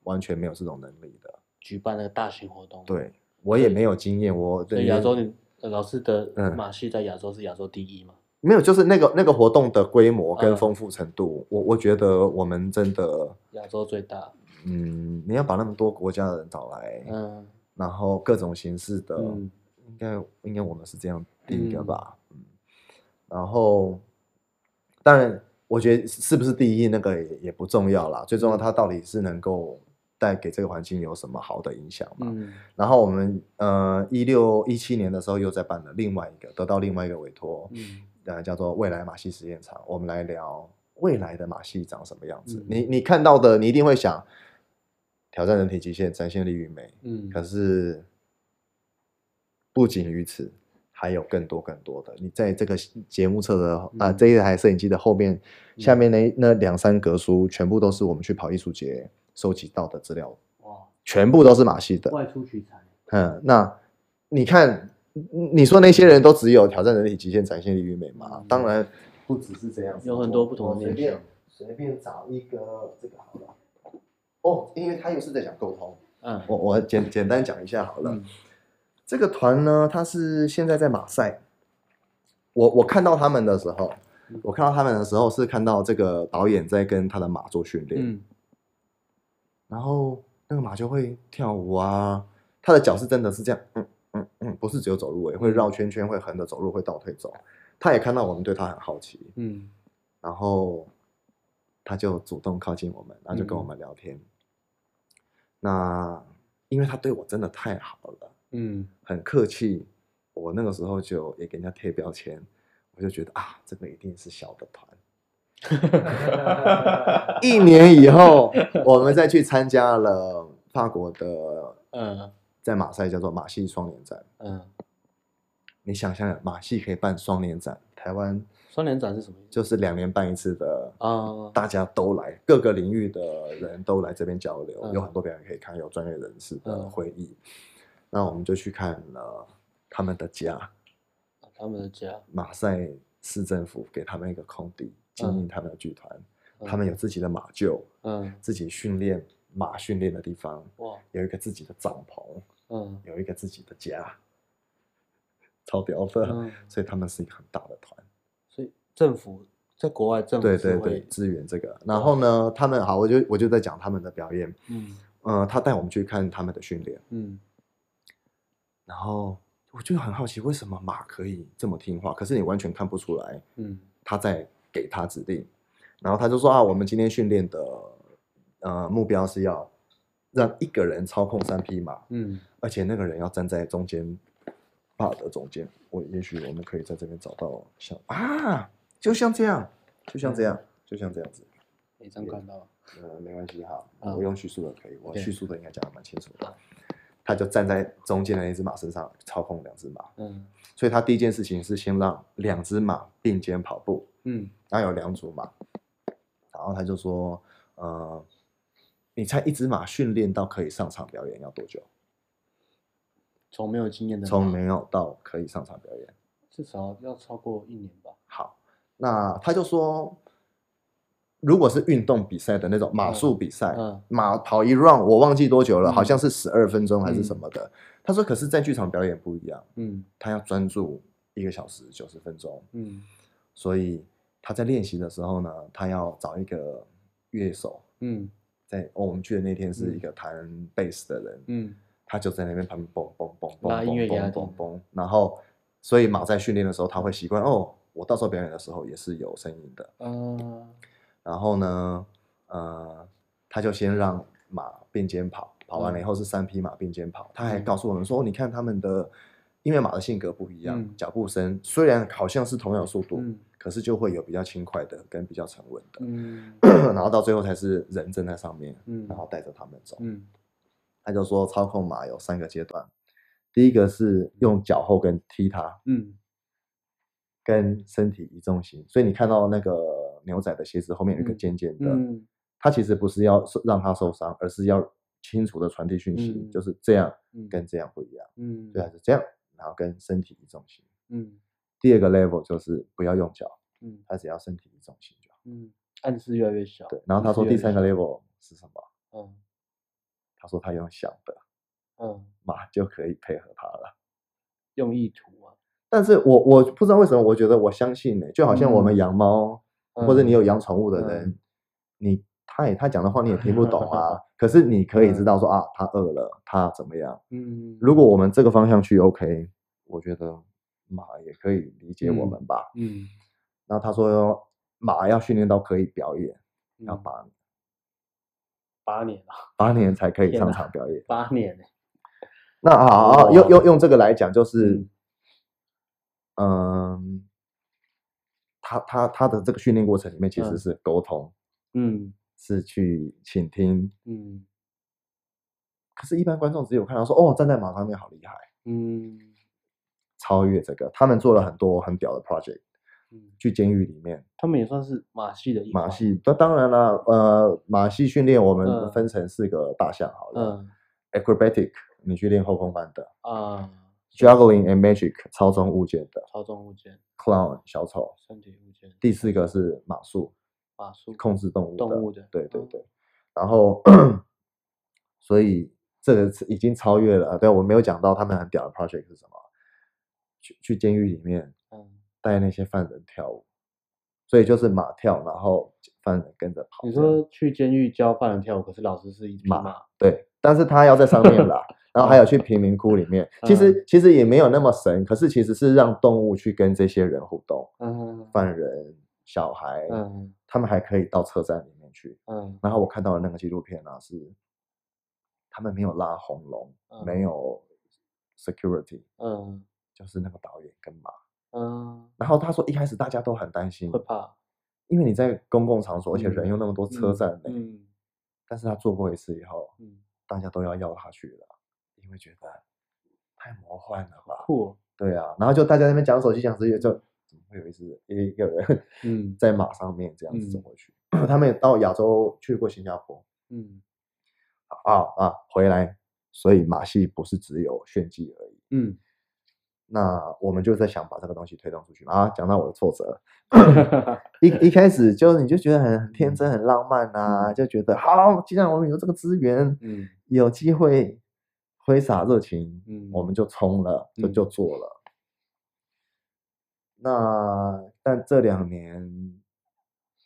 B: 完全没有这种能力的，
A: 举办那个大型活动，，
B: 对我也没有经验，我
A: 所以
B: 连
A: 亚洲你呃老师的
B: 嗯
A: 马戏在亚洲是亚洲第一嘛？
B: 没有，就是那个那个活动的规模跟
A: 嗯
B: 丰富程度，我我觉得我们真的，
A: 亚洲最大，
B: 嗯，你要把那么多国家的人找来，
A: 嗯
B: 然后各种形式的，
A: 嗯
B: 应该应该我们是这样第一个吧，嗯，然后当然，我觉得是不是第一那个也也不重要啦，最重要
A: 嗯
B: 它到底是能够带给这个环境有什么好的影响嘛？
A: 嗯
B: 然后我们呃一六一七年的时候又再办了另外一个，得到另外一个委托，
A: 嗯
B: 呃，叫做未来马戏实验场，我们来聊未来的马戏长什么样子。
A: 嗯
B: 你你看到的，你一定会想挑战人体极限，展现力与美。
A: 嗯
B: 可是不仅于此，还有更多更多的。你在这个节目册的啊、
A: 嗯
B: 这一台摄影机的后面，下
A: 嗯
B: 面那那两三格书，全部都是我们去跑艺术节收集到的资料，
A: 哇，
B: 全部都是马戏的。
A: 外出取材，
B: 嗯，那你看，嗯你说那些人都只有挑战人体极限、展现力与美吗
A: 嗯？
B: 当然不只是这样子，
A: 有
B: 我
A: 很多不同的
B: 我随
A: 面向
B: 便随便找一个这个好了。哦，因为他又是在讲沟通，
A: 嗯
B: 我我简简单讲一下好了。
A: 嗯
B: 这个团呢，它是现在在马赛。我我看到他们的时候
A: 嗯，
B: 我看到他们的时候是看到这个导演在跟他的马做训练，
A: 嗯
B: 然后那个马就会跳舞啊，它的脚是真的是这样，嗯嗯嗯，不是只有走路而已，也会绕圈圈，会横着走路，会倒退走。他也看到我们对他很好奇，
A: 嗯
B: 然后他就主动靠近我们，然后就
A: 嗯
B: 跟我们聊天。那因为他对我真的太好了，
A: 嗯
B: 很客气，我那个时候就也给人家贴标签，我就觉得啊，这个一定是小的团。一年以后，我们再去参加了法国的
A: 嗯
B: 在马赛叫做马戏双年展。
A: 嗯，
B: 你想想看，马戏可以办双年展，台湾
A: 双联展是什么意思？
B: 就是两年办一次的，
A: 啊，
B: 大家都来，各个领域的人都来这边交流，
A: 嗯
B: 有很多表演可以看，有专业人士的
A: 嗯
B: 会议。那我们就去看了他们的家，
A: 他们的家，
B: 马赛市政府给他们一个空地，经营他们的剧团。
A: 嗯
B: 他们有自己的马厩，
A: 嗯，
B: 自己训练马训练的地方，
A: 哇，
B: 有一个自己的帐篷，
A: 嗯
B: 有一个自己的家，超屌的。
A: 嗯，
B: 所以他们是一个很大的团。
A: 所以政府在国外政府
B: 对
A: 是
B: 对
A: 会
B: 对，，支援这个。然后呢，他们好，我就我就在讲他们的表演。
A: 嗯
B: 嗯、他带我们去看他们的训练，
A: 嗯
B: 然后我就很好奇，为什么马可以这么听话？可是你完全看不出来
A: 嗯
B: 他在给他指令。然后他就说啊，我们今天训练的呃目标是要让一个人操控三匹马，
A: 嗯，
B: 而且那个人要站在中间坝的中间。我也许我们可以在这边找到像啊，就像这样，就像这
A: 嗯
B: 样，就像这样子。嗯
A: 每张看到了，
B: 呃，没关系哈，
A: 嗯
B: 我用叙述的可以，我
A: OK
B: 叙述的应该讲的蛮清楚的。他就站在中间的那只马身上操控两只马，
A: 嗯
B: 所以他第一件事情是先让两只马并肩跑步，
A: 嗯
B: 然后有两组马，然后他就说，呃，你猜一只马训练到可以上场表演要多久？
A: 从没有经验的
B: 从
A: 人啊
B: 没有到可以上场表演。
A: 至少要超过一年吧，
B: 好，那他就说，如果是运动比赛的那种马术比赛，
A: 嗯
B: 马跑一 round 我忘记多久了，
A: 嗯
B: 好像是十二分钟还是什么的。他说，可是，在剧场表演不一样，
A: 嗯
B: 他要专注一个小时九十分钟，
A: 嗯
B: 所以他在练习的时候呢，他要找一个乐手。
A: 嗯
B: 在哦，我们去的那天是一个弹贝斯的人，
A: 嗯
B: 他就在那边旁边蹦蹦蹦蹦
A: 拉音乐
B: 蹦
A: 给他
B: 蹦
A: 听
B: 蹦蹦，然后所以马在训练的时候，他会习惯哦，我到时候表演的时候也是有声音的。
A: 啊
B: 然后呢，呃，他就先让马并肩跑，跑完了以后是三匹马并肩跑。他还
A: 嗯
B: 告诉我们说，哦你看他们的，因为马的性格不一样，
A: 嗯
B: 脚步声虽然好像是同样的速度，
A: 嗯
B: 可是就会有比较轻快的跟比较沉稳的，
A: 嗯
B: *clears throat* 然后到最后才是人站在上面，
A: 嗯
B: 然后带着他们走。
A: 嗯
B: 他就说操控马有三个阶段，第一个是用脚后跟踢它，
A: 嗯
B: 跟身体移重心，所以你看到那个牛仔的鞋子后面有一个
A: 嗯
B: 尖尖的，
A: 嗯
B: 它其实不是要受让它受伤，而是要清楚的传递讯息，
A: 嗯
B: 就是这样
A: 嗯
B: 跟这样不一样，
A: 嗯
B: 对，还啊是这样，然后跟身体移重心。
A: 嗯
B: 第二个 level 就是不要用脚，
A: 嗯
B: 他只要身体移重心就好。
A: 嗯，暗示越来越小，
B: 对，然后他说
A: 暗示
B: 第
A: 越来
B: 三
A: 越
B: 个 level 是什么？
A: 小，嗯
B: 他说他用想的
A: 嗯，
B: 马就可以配合他了。
A: 用意图啊，
B: 但是我我不知道为什么，我觉得我相信呢、欸就好像我
A: 嗯
B: 们养猫、或者你有养宠物的人，你他也他讲的话你也听不懂
A: *laughs*
B: 啊，可是你可以知道说啊，他饿了，他怎么样？
A: 嗯，
B: 如果我们这个方向去 OK，我觉得马也可以理解我们吧。
A: 嗯
B: 然后他说马要训练到可以表演，
A: 嗯
B: 要八年，
A: 八年啊，
B: 八年才可以
A: 天哪
B: 上场表演。
A: 八年欸
B: 那好好好
A: 哇
B: 用用用这个来讲，就是
A: 嗯，
B: 嗯，他他他的这个训练过程里面其实
A: 嗯
B: 是沟通，
A: 嗯
B: 是去倾听。
A: 嗯
B: 可是，一般观众只有看到说，哦，站在马上面好厉害，
A: 嗯
B: 超越这个。他们做了很多很屌的 project，
A: 嗯，
B: 去监狱里面
A: 他们也算是马戏的一
B: 马
A: 环，
B: 戏。那当然了，呃，马戏训练我们
A: 嗯
B: 分成四个大项好了、
A: 嗯
B: a c r o b a t i c 你去练后空翻的
A: 啊，
B: ；juggling and magic 操纵物件的
A: 操纵物件、
B: ；clown 小丑。
A: 身体物件、
B: 第四个是马术，
A: 马术、
B: 控制动物的。
A: 动物的，
B: 对对
A: 嗯，
B: 对。然后， *coughs* 所以这个是已经超越了。啊对，我没有讲到他们很屌的 project 是什么，去去监狱里面
A: 嗯，
B: 带那些犯人跳舞，所以就是马跳，然后犯人跟着跑。
A: 你
B: 这样
A: 说去监狱教犯人跳舞，可是老师是一匹
B: 马
A: 马，
B: 对，但是他要在上面
A: *laughs*
B: 啦，然后还有去贫民窟里面，
A: 嗯
B: 其实其实也没有那么神，可是其实是让动物去跟这些人互动，
A: 嗯
B: 犯人、小孩，
A: 嗯
B: 他们还可以到车站里面去。
A: 嗯
B: 然后我看到的那个纪录片啊，是他们没有拉红龙，
A: 嗯
B: 没有 security，
A: 嗯
B: 就是那个导演跟马。
A: 嗯，
B: 然后他说一开始大家都很担心
A: 会，怕，
B: 因为你在公共场所，而且人
A: 呃嗯
B: 又那么多车
A: 嗯
B: 站内，
A: 嗯
B: 但是他做过一次以后，
A: 嗯，
B: 大家都要要他去了，因为觉得太魔幻了吧？
A: 酷
B: *laughs*
A: 哦，对，
B: 对啊，然后就大家在那边讲手机讲手机，就怎么会有一只一个人 *laughs*
A: 嗯
B: 在马上面这样子走
A: 嗯
B: 过去？他们也到亚洲去过新加坡，
A: 嗯
B: *laughs* 啊啊回来，所以马戏不是只有炫技而已，
A: 嗯
B: 那我们就在想把这个东西推动出去嘛。啊，讲到我的挫折，
A: 嗯
B: 一一开始就你就觉得很很天真、很浪漫啊，就觉得好，既然我们有这个资源，
A: 嗯
B: 有机会挥洒热情，
A: 嗯
B: 我们就冲了，就
A: 嗯
B: 就做了。那但这两年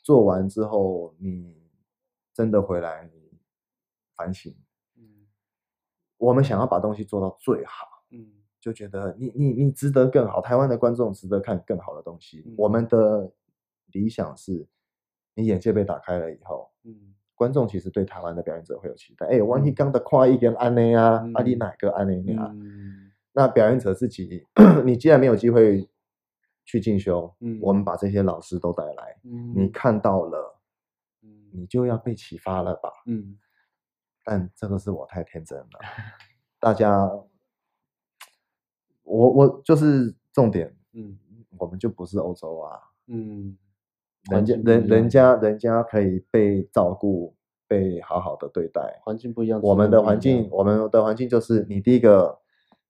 B: 做完之后，你真的回来你反省，
A: 嗯
B: 我们想要把东西做到最好。
A: 嗯
B: 就觉得你你你值得更好，台湾的观众值得看更好的东西。
A: 嗯
B: 我们的理想是，你眼界被打开了以后，
A: 嗯
B: 观众其实对台湾的表演者会有期待。哎、王力刚的跨一跟安内啊，阿里
A: 嗯
B: 哪个安内啊？
A: 嗯
B: 那表演者自己， *clears throat* 你既然没有机会去进修，
A: 嗯
B: 我们把这些老师都带来，
A: 嗯
B: 你看到了，
A: 嗯
B: 你就要被启发了吧？
A: 嗯
B: 但这个是我太天真了，
A: *laughs*
B: 大家，我我就是重点。
A: 嗯
B: 我们就不是欧洲啊，
A: 嗯，
B: 人
A: 环
B: 家
A: 境不
B: 人
A: 一
B: 人
A: 样
B: 家人家可以被照顾，被好好的对待。
A: 环境不一样，
B: 我
A: 资
B: 们
A: 源
B: 的
A: 不
B: 环
A: 一
B: 境
A: 样，，
B: 我们的环境就是你第一个，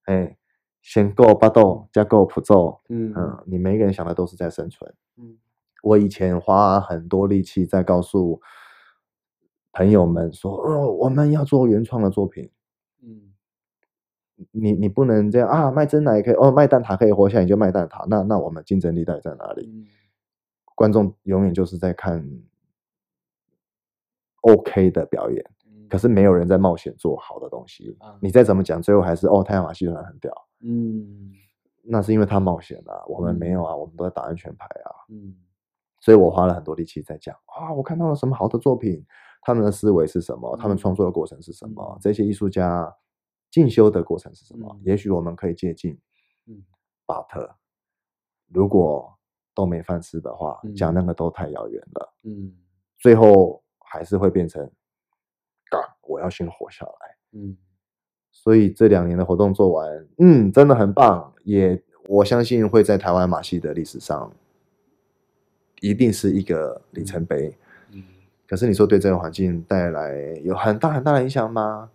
B: 哎，先够巴豆，加够普咒，
A: 嗯
B: 嗯，你每一个人想的都是在生存。
A: 嗯
B: 我以前花很多力气在告诉朋友们说，哦，我们要做原创的作品，
A: 嗯
B: 你你不能这样啊，卖真奶也可以，哦，卖蛋挞可以活下来，你就卖蛋挞，那那我们竞争力到底在哪里？
A: 嗯
B: 观众永远就是在看 OK 的表演，
A: 嗯，
B: 可是没有人在冒险做好的东西。
A: 啊
B: 你再怎么讲，最后还是哦，太阳马戏团很屌，
A: 嗯
B: 那是因为他冒险了、我
A: 嗯
B: 们没有啊，我们都在打安全牌啊。
A: 嗯
B: 所以我花了很多力气在讲啊，我看到了什么好的作品，他们的思维是什么，他们
A: 嗯
B: 创作的过程是什么
A: 嗯，
B: 这些艺术家进修的过程是什么
A: 嗯，
B: 也许我们可以借鉴。
A: 嗯
B: But 如果都没饭吃的话，
A: 嗯
B: 讲那个都太遥远了。
A: 嗯
B: 最后还是会变成，嘎，我要先活下来。
A: 嗯
B: 所以这两年的活动做完，嗯，真的很棒，也我相信会在台湾马戏的历史上，一定是一个里程碑。
A: 嗯
B: 可是你说对这个环境带来有很大很大的影响吗？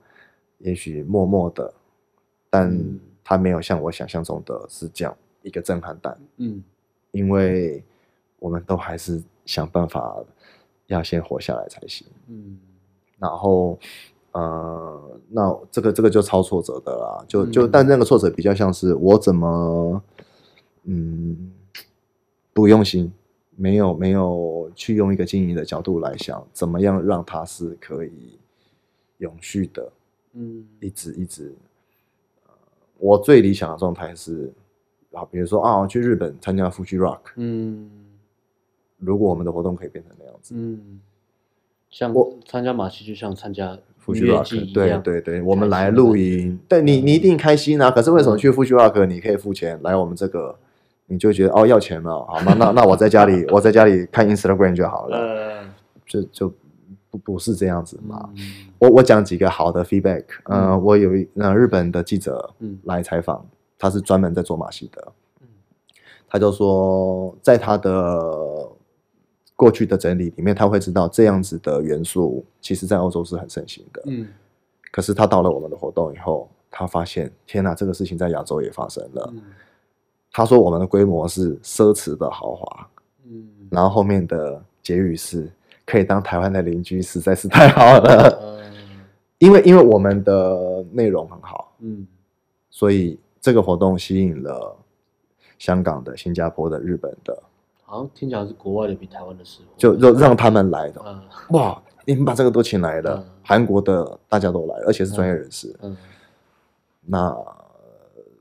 B: 也许默默的，但
A: 嗯
B: 它没有像我想象中的是这样一个震撼弹，
A: 嗯
B: 因为我们都还是想办法要先活下来才行。
A: 嗯
B: 然后，呃，那这个这个就超挫折的啦，就就、
A: 嗯
B: 但那个挫折比较像是我怎么，嗯，不用心，没有没有去用一个经营的角度来想，怎么样让它是可以永续的，
A: 嗯
B: 一直一直，呃我最理想的状态是，啊，比如说啊，我去日本参加 Fuji Rock，
A: 嗯
B: 如果我们的活动可以变成那样子。
A: 嗯，像
B: 我
A: 参加马戏就像参加
B: 富
A: 音
B: 士
A: 乐季
B: rock，
A: 一
B: 对
A: 样，
B: 对对，我们
A: 开
B: 来
A: 心的
B: 露
A: 感觉嗯
B: 营，对你你一定开心啊。可是为什么去富士 rock 你可以付钱，来我们这个你就觉得哦要钱了，好那那那我在家
A: *laughs*
B: 里我在家里看 Instagram 就好了，
A: 呃，
B: 就就不不是这样子嘛。
A: 嗯
B: 我我讲几个好的 feedback，嗯、呃，
A: 嗯
B: 我有一呃日本的记者
A: 嗯
B: 来采访，他是专门在做马戏的
A: 嗯，
B: 他就说在他的过去的整理里面，他会知道这样子的元素其实在欧洲是很盛行的，
A: 嗯
B: 可是他到了我们的活动以后，他发现，天哪，这个事情在亚洲也发生了。
A: 嗯
B: 他说我们的规模是奢侈的豪华，
A: 嗯，
B: 然后后面的结语是可以当台湾的邻居，实在是太好了。 *laughs*
A: 呃
B: 因为因为我们的内容很好，
A: 嗯
B: 所以这个活动吸引了香港的、新加坡的、日本的，
A: 好像听起来是国外的比台湾的呃事，
B: 就就让他们来的。
A: 嗯
B: 哇，你们把这个都请来了
A: 嗯，
B: 韩国的大家都来了，而且是专业人士。
A: 嗯
B: 那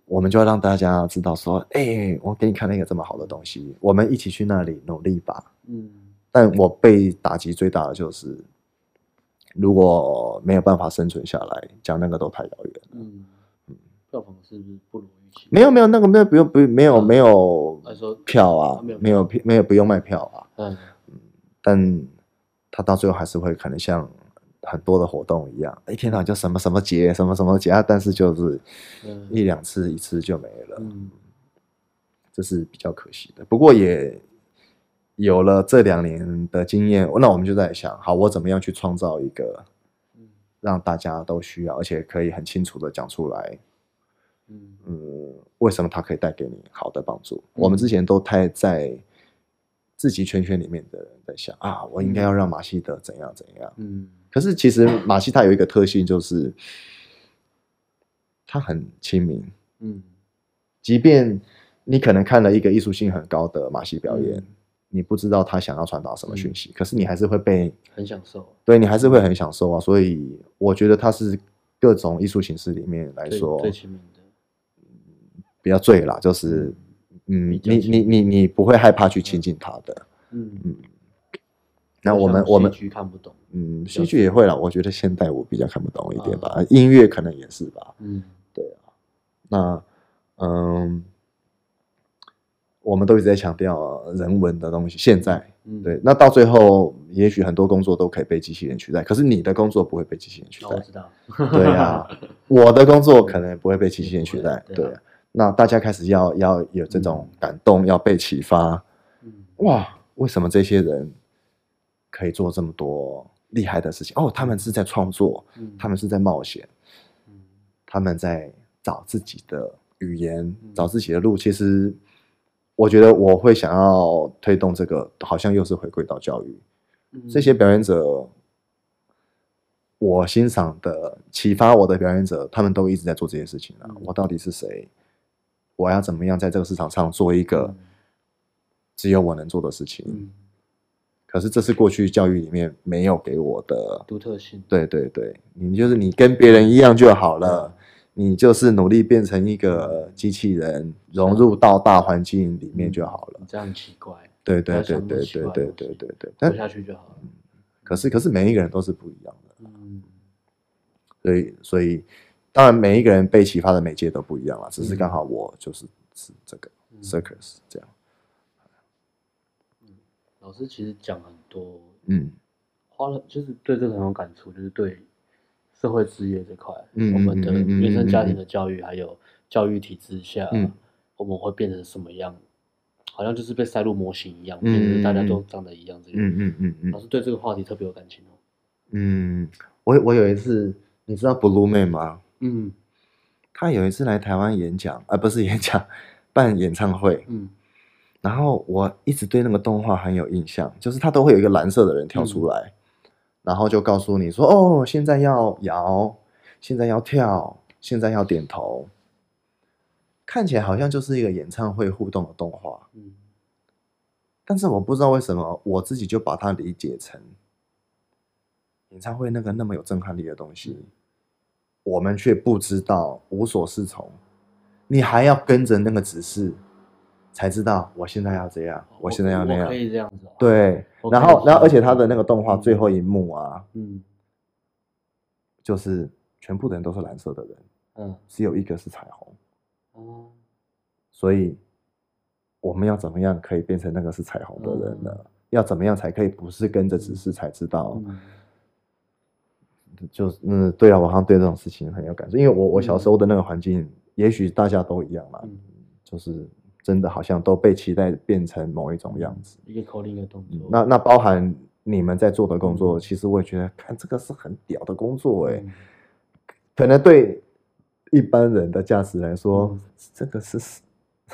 B: 我们就要让大家知道说，哎、我给你看了一个这么好的东西，我们一起去那里努力吧。
A: 嗯
B: 但我被打击最大的就是，如果没有办法生存下来，讲那个都太遥远了。
A: 嗯，票房是不是不如预期？
B: 没有没有那个没有不用不用没有没有
A: 他说
B: 票啊
A: 啊没有，
B: 没有票没有不用卖票啊，
A: 嗯
B: 但他到最后还是会可能像。很多的活动一样，哎一天到晚就什么什么节，什么什么节啊，但是就是
A: 嗯
B: 一两次一次就没了。
A: 嗯
B: 这是比较可惜的。不过也有了这两年的经验，那我们就在想，好，我怎么样去创造一个
A: 嗯
B: 让大家都需要，而且可以很清楚的讲出来
A: 嗯
B: 嗯，为什么它可以带给你好的帮助？我们之前都太在自己圈圈里面的人在想啊，我应该要让马西德怎样怎样。
A: 嗯
B: 可是其实马西他有一个特性，就是他很亲民，
A: 嗯，
B: 即便你可能看了一个艺术性很高的马戏表
A: 嗯
B: 演，你不知道他想要传达什么讯息，可是你还是会被，
A: 很享受，
B: 对你还是会很享受啊。所以我觉得他是各种艺术形式里面来
A: 最
B: 说
A: 最亲民的，
B: 比较最啦，就是嗯
A: 比，较
B: 你
A: 亲
B: 你你你不会害怕去亲近他的。
A: 嗯
B: 嗯那我们
A: 像
B: 我们
A: 戏剧看不懂，
B: 嗯，戏剧也会啦，我觉得现代舞比较看不懂一点吧，
A: 啊
B: 音乐可能也是吧。
A: 嗯
B: 那嗯，我们都一直在强调人文的东西。现在
A: 嗯，
B: 对，那到最后，也许很多工作都可以被机器人取代，可是你的工作不会被机器人取
A: 哦，我
B: 代。
A: 知道，
B: 对呀、
A: *laughs*
B: 我的工作可能不会被机器人取代。
A: 对啊
B: 对啊，那大家开始要要有这种感动，要被启发。
A: 嗯
B: 哇，为什么这些人可以做这么多厉害的事情？哦，他们是在创作，
A: 嗯，
B: 他们是在冒险。
A: 嗯
B: 他们在找自己的语言
A: 嗯，
B: 找自己的路。其实，我觉得我会想要推动这个，好像又是回归到教育。
A: 嗯
B: 这些表演者，我欣赏的、启发我的表演者，他们都一直在做这些事情啊
A: 嗯。
B: 我到底是谁？我要怎么样在这个市场上做一个
A: 嗯
B: 只有我能做的事情？
A: 嗯
B: 可是这是过去教育里面没有给我的。
A: 独特性，
B: 对对对，你就是你跟别人一样就好了。
A: 嗯
B: 你就是努力变成一个机器人，融入到大环境里
A: 嗯
B: 面就好了。
A: 你这样很奇怪，
B: 对对
A: 不要
B: 对
A: 想那
B: 对
A: 么奇
B: 对
A: 怪的
B: 对
A: 东
B: 对
A: 西
B: 对对。
A: 活
B: 但
A: 下去就好了，
B: 可是可是每一个人都是不一样的，
A: 嗯
B: 所以所以当然每一个人被启发的媒介都不一样了，只是
A: 嗯
B: 刚好我就是是这个
A: 嗯
B: circus 这样。
A: 老师其实讲很多，
B: 嗯
A: 花了就是对这个很有感触，就是对社会职业这块，
B: 嗯
A: 我们的
B: 嗯嗯嗯嗯
A: 原生家庭
B: 嗯
A: 的教育，还有教育体制下，
B: 嗯
A: 我们会变成什么样？好像就是被塞入模型一样，
B: 嗯
A: 变成大家
B: 嗯嗯
A: 都长得一样。这个、
B: 嗯嗯嗯嗯
A: 老师对这个话题特别有感情哦。
B: 嗯，我我有一次，你知道 Blue Man 吗？
A: 嗯
B: 他有一次来台湾演讲，啊不是演讲，办演唱会。
A: 嗯
B: 然后我一直对那个动画很有印象，就是它都会有一个蓝色的人跳出来，然后就告诉你说：“哦，现在要摇，现在要跳，现在要点头。”看起来好像就是一个演唱会互动的动画，
A: 嗯
B: 但是我不知道为什么我自己就把它理解成演唱会那个那么有震撼力的东西，
A: 嗯
B: 我们却不知道，无所适从。你还要跟着那个指示，才知道我现在要这样，我现在要那
A: 我
B: 样
A: 可。以这样子、哦。，
B: 对，
A: 我
B: 然
A: 可以
B: 后，然
A: 想
B: 后，而且他
A: 象
B: 的那个动画
A: 嗯
B: 最后一幕啊，
A: 嗯
B: 就是全部的人都是蓝色的人，
A: 嗯
B: 只有一个是彩虹，
A: 哦，
B: 所以我们要怎么样可以变成那个是彩虹的人呢？
A: 嗯
B: 要怎么样才可以不是跟着指示才知道？
A: 嗯
B: 就是嗯，对啊，我好像对这种事情很有感受，因为我我小时候的那个环境，也许大家都一样嘛，
A: 嗯，
B: 就是真的好像都被期待变成某一种样子。
A: 一个口令一个动
B: 嗯
A: 作。
B: 那那包含你们在做的工作，其实我也觉得，看这个是很屌的工作哎、
A: 嗯
B: 可能对一般人的价值来说，
A: 嗯
B: 这个是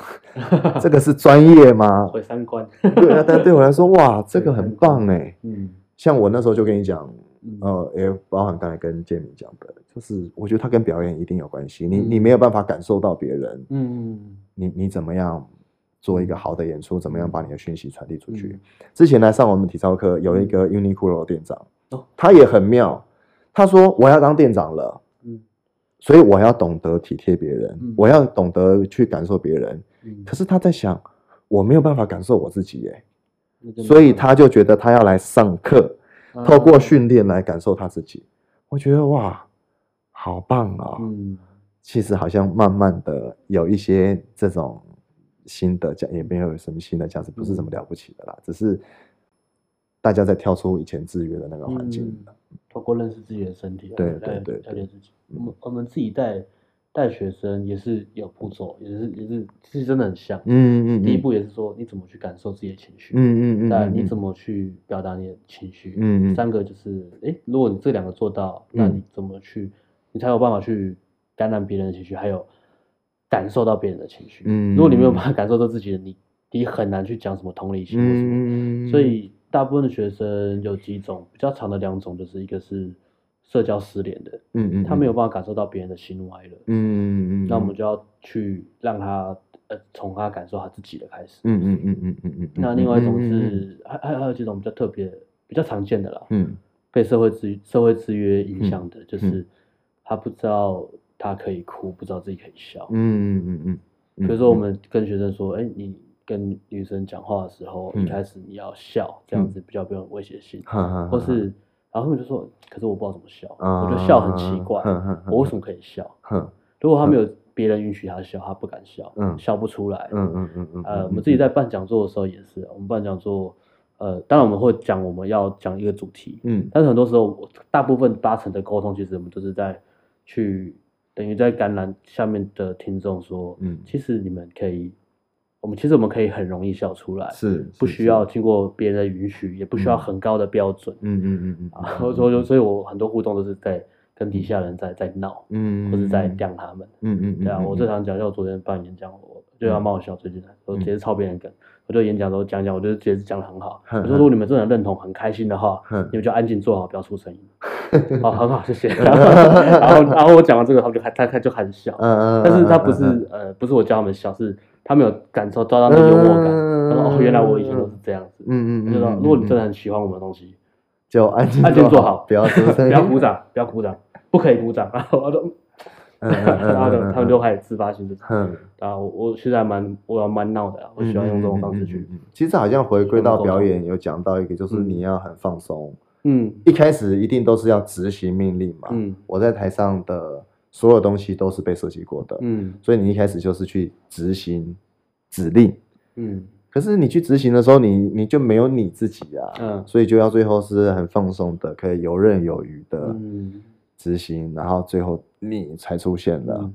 B: *laughs* 这个是专业
A: *laughs*
B: 吗？
A: 毁三观。
B: 对啊，但对我来说，哇，这个很棒哎、
A: *laughs* 嗯
B: 像我那时候就跟你讲，
A: 嗯
B: 呃，也包含刚才跟建明讲的，就是我觉得他跟表演一定有关系。你
A: 嗯
B: 你没有办法感受到别人，
A: 嗯
B: 你你怎么样做一个好的演出，怎么样把你的讯息传递出去
A: 嗯？
B: 之前来上我们体操课有一个 Uniqlo 的店长
A: 哦，
B: 他也很妙，他说我要当店长了。
A: 嗯
B: 所以我要懂得体贴别人，
A: 嗯
B: 我要懂得去感受别人。
A: 嗯
B: 可是他在想，我没有办法感受我自己耶，
A: 那就没
B: 所以
A: 办法
B: 他就觉得他要来上课，透过
A: 啊
B: 训练来感受他自己。我觉得哇，好棒啊、
A: 嗯
B: 其实好像慢慢的有一些这种新的价，也没有什么新的价值，不是什么了不起的啦，只是大家在跳出以前制约的那个环境。
A: 嗯，透过认识自己的身体，
B: 对
A: 来
B: 对对
A: 了解自己。
B: 嗯
A: 我们我们自己带带学生也是有步骤，也是也是其实真的很像。
B: 嗯嗯嗯，
A: 第一步也是说你怎么去感受自己的情绪，
B: 嗯，嗯嗯嗯，
A: 那
B: 嗯
A: 你怎么去表达你的情绪？
B: 嗯嗯
A: 三个就是，诶，如果你这两个做到，那
B: 嗯
A: 你怎么去，你才有办法去感染别人的情绪，还有感受到别人的情绪。
B: 嗯
A: 如果你没有办法感受到自己的，你你很难去讲什么同理心或什么。
B: 嗯，
A: 所以大部分的学生有几种比较长的两种，就是一个是社交失联的，
B: 嗯嗯，
A: 他没
B: 有，
A: 有办法感受到别人的喜怒哀乐，
B: 嗯嗯嗯，
A: 那我们就要去让他呃从他感受他自己的开始。
B: 嗯，嗯嗯嗯嗯嗯嗯，
A: 那另外一种
B: 嗯，
A: 是还还还有几种比较特别、比较常见的啦，
B: 嗯
A: 被社会制社会制约影响的，就
B: 嗯
A: 是他不知道他可以哭，不知道自己可以笑。
B: 嗯嗯嗯嗯，
A: 比如说，我们跟学生说：“哎、你跟女生讲话的时候，
B: 嗯
A: 一开始你要笑，这样子比较没有威胁性。
B: 哈哈，
A: 或是，然后他们就说：“可是我不知道怎么笑，
B: 嗯啊，
A: 我觉得笑很奇怪，我为
B: 我
A: 什么可以笑
B: 哼？”
A: 如果他没有别人允许他笑，他不敢笑，
B: 嗯
A: 笑不出来。
B: 嗯嗯嗯嗯，
A: 呃，我们自己在办讲座的时候也是，我们办讲座，呃，当然我们会讲我们要讲一个主题，
B: 嗯
A: 但是很多时候，我大部分八成的沟通，其实我们都是在去等于在感染下面的听众说，
B: 嗯
A: 其实你们可以，我们其实我们可以很容易笑出来，
B: 是
A: 不需要，经过别人的允许，也不需要
B: 嗯
A: 很高的标准、
B: 嗯嗯嗯嗯，
A: 啊。所以我就所以我很多互动都是在跟底下人在在闹，
B: 嗯，
A: 或是在晾他们。
B: 嗯嗯嗯，
A: 对啊，我最常讲，像我昨天办演讲，我就要冒笑，最近我直接抄别人梗，我就演讲的时候讲一讲，我就直接讲的很好。我
B: 嗯哼
A: 说如果你们真的认同，很开心的话
B: 哼，
A: 你们就安静坐好，不要出
B: *laughs*
A: 声音。好，很好，谢谢。 *laughs* 然后然后我讲完这个，他们就开他他就开始笑，
B: 嗯，
A: 但是他不是呃不是我教他们笑，是他没有感受到那个幽默感。他说哦，原来我以前都是这样子。
B: 嗯嗯嗯
A: 就
B: 嗯，
A: 说如果你真的很喜欢我们的东西，
B: 就安静
A: 安静坐好，
B: 不要出声，
A: 不要鼓掌，不要鼓掌，不可以鼓掌。然后我就，
B: 嗯嗯嗯
A: *laughs*
B: 嗯
A: 然后就他们就开始自发性的。
B: 哼。
A: 啊，我我现在蛮我蛮闹的啊，我喜欢用这种方式去
B: 嗯。嗯嗯嗯嗯其实好像回归到
A: 沟通
B: 表演，有讲到一个，就是
A: 嗯
B: 你要很放松。
A: 嗯
B: 一开始一定都是要执行命令嘛。
A: 嗯
B: 我在台上的所有东西都是被设计过的，
A: 嗯
B: 所以你一开始就是去执行指令。
A: 嗯
B: 可是你去执行的时候，你你就没有你自己啊，
A: 嗯
B: 所以就要最后是很放松的，可以游刃有余的
A: 嗯
B: 执行，然后最后你才出现了。
A: 嗯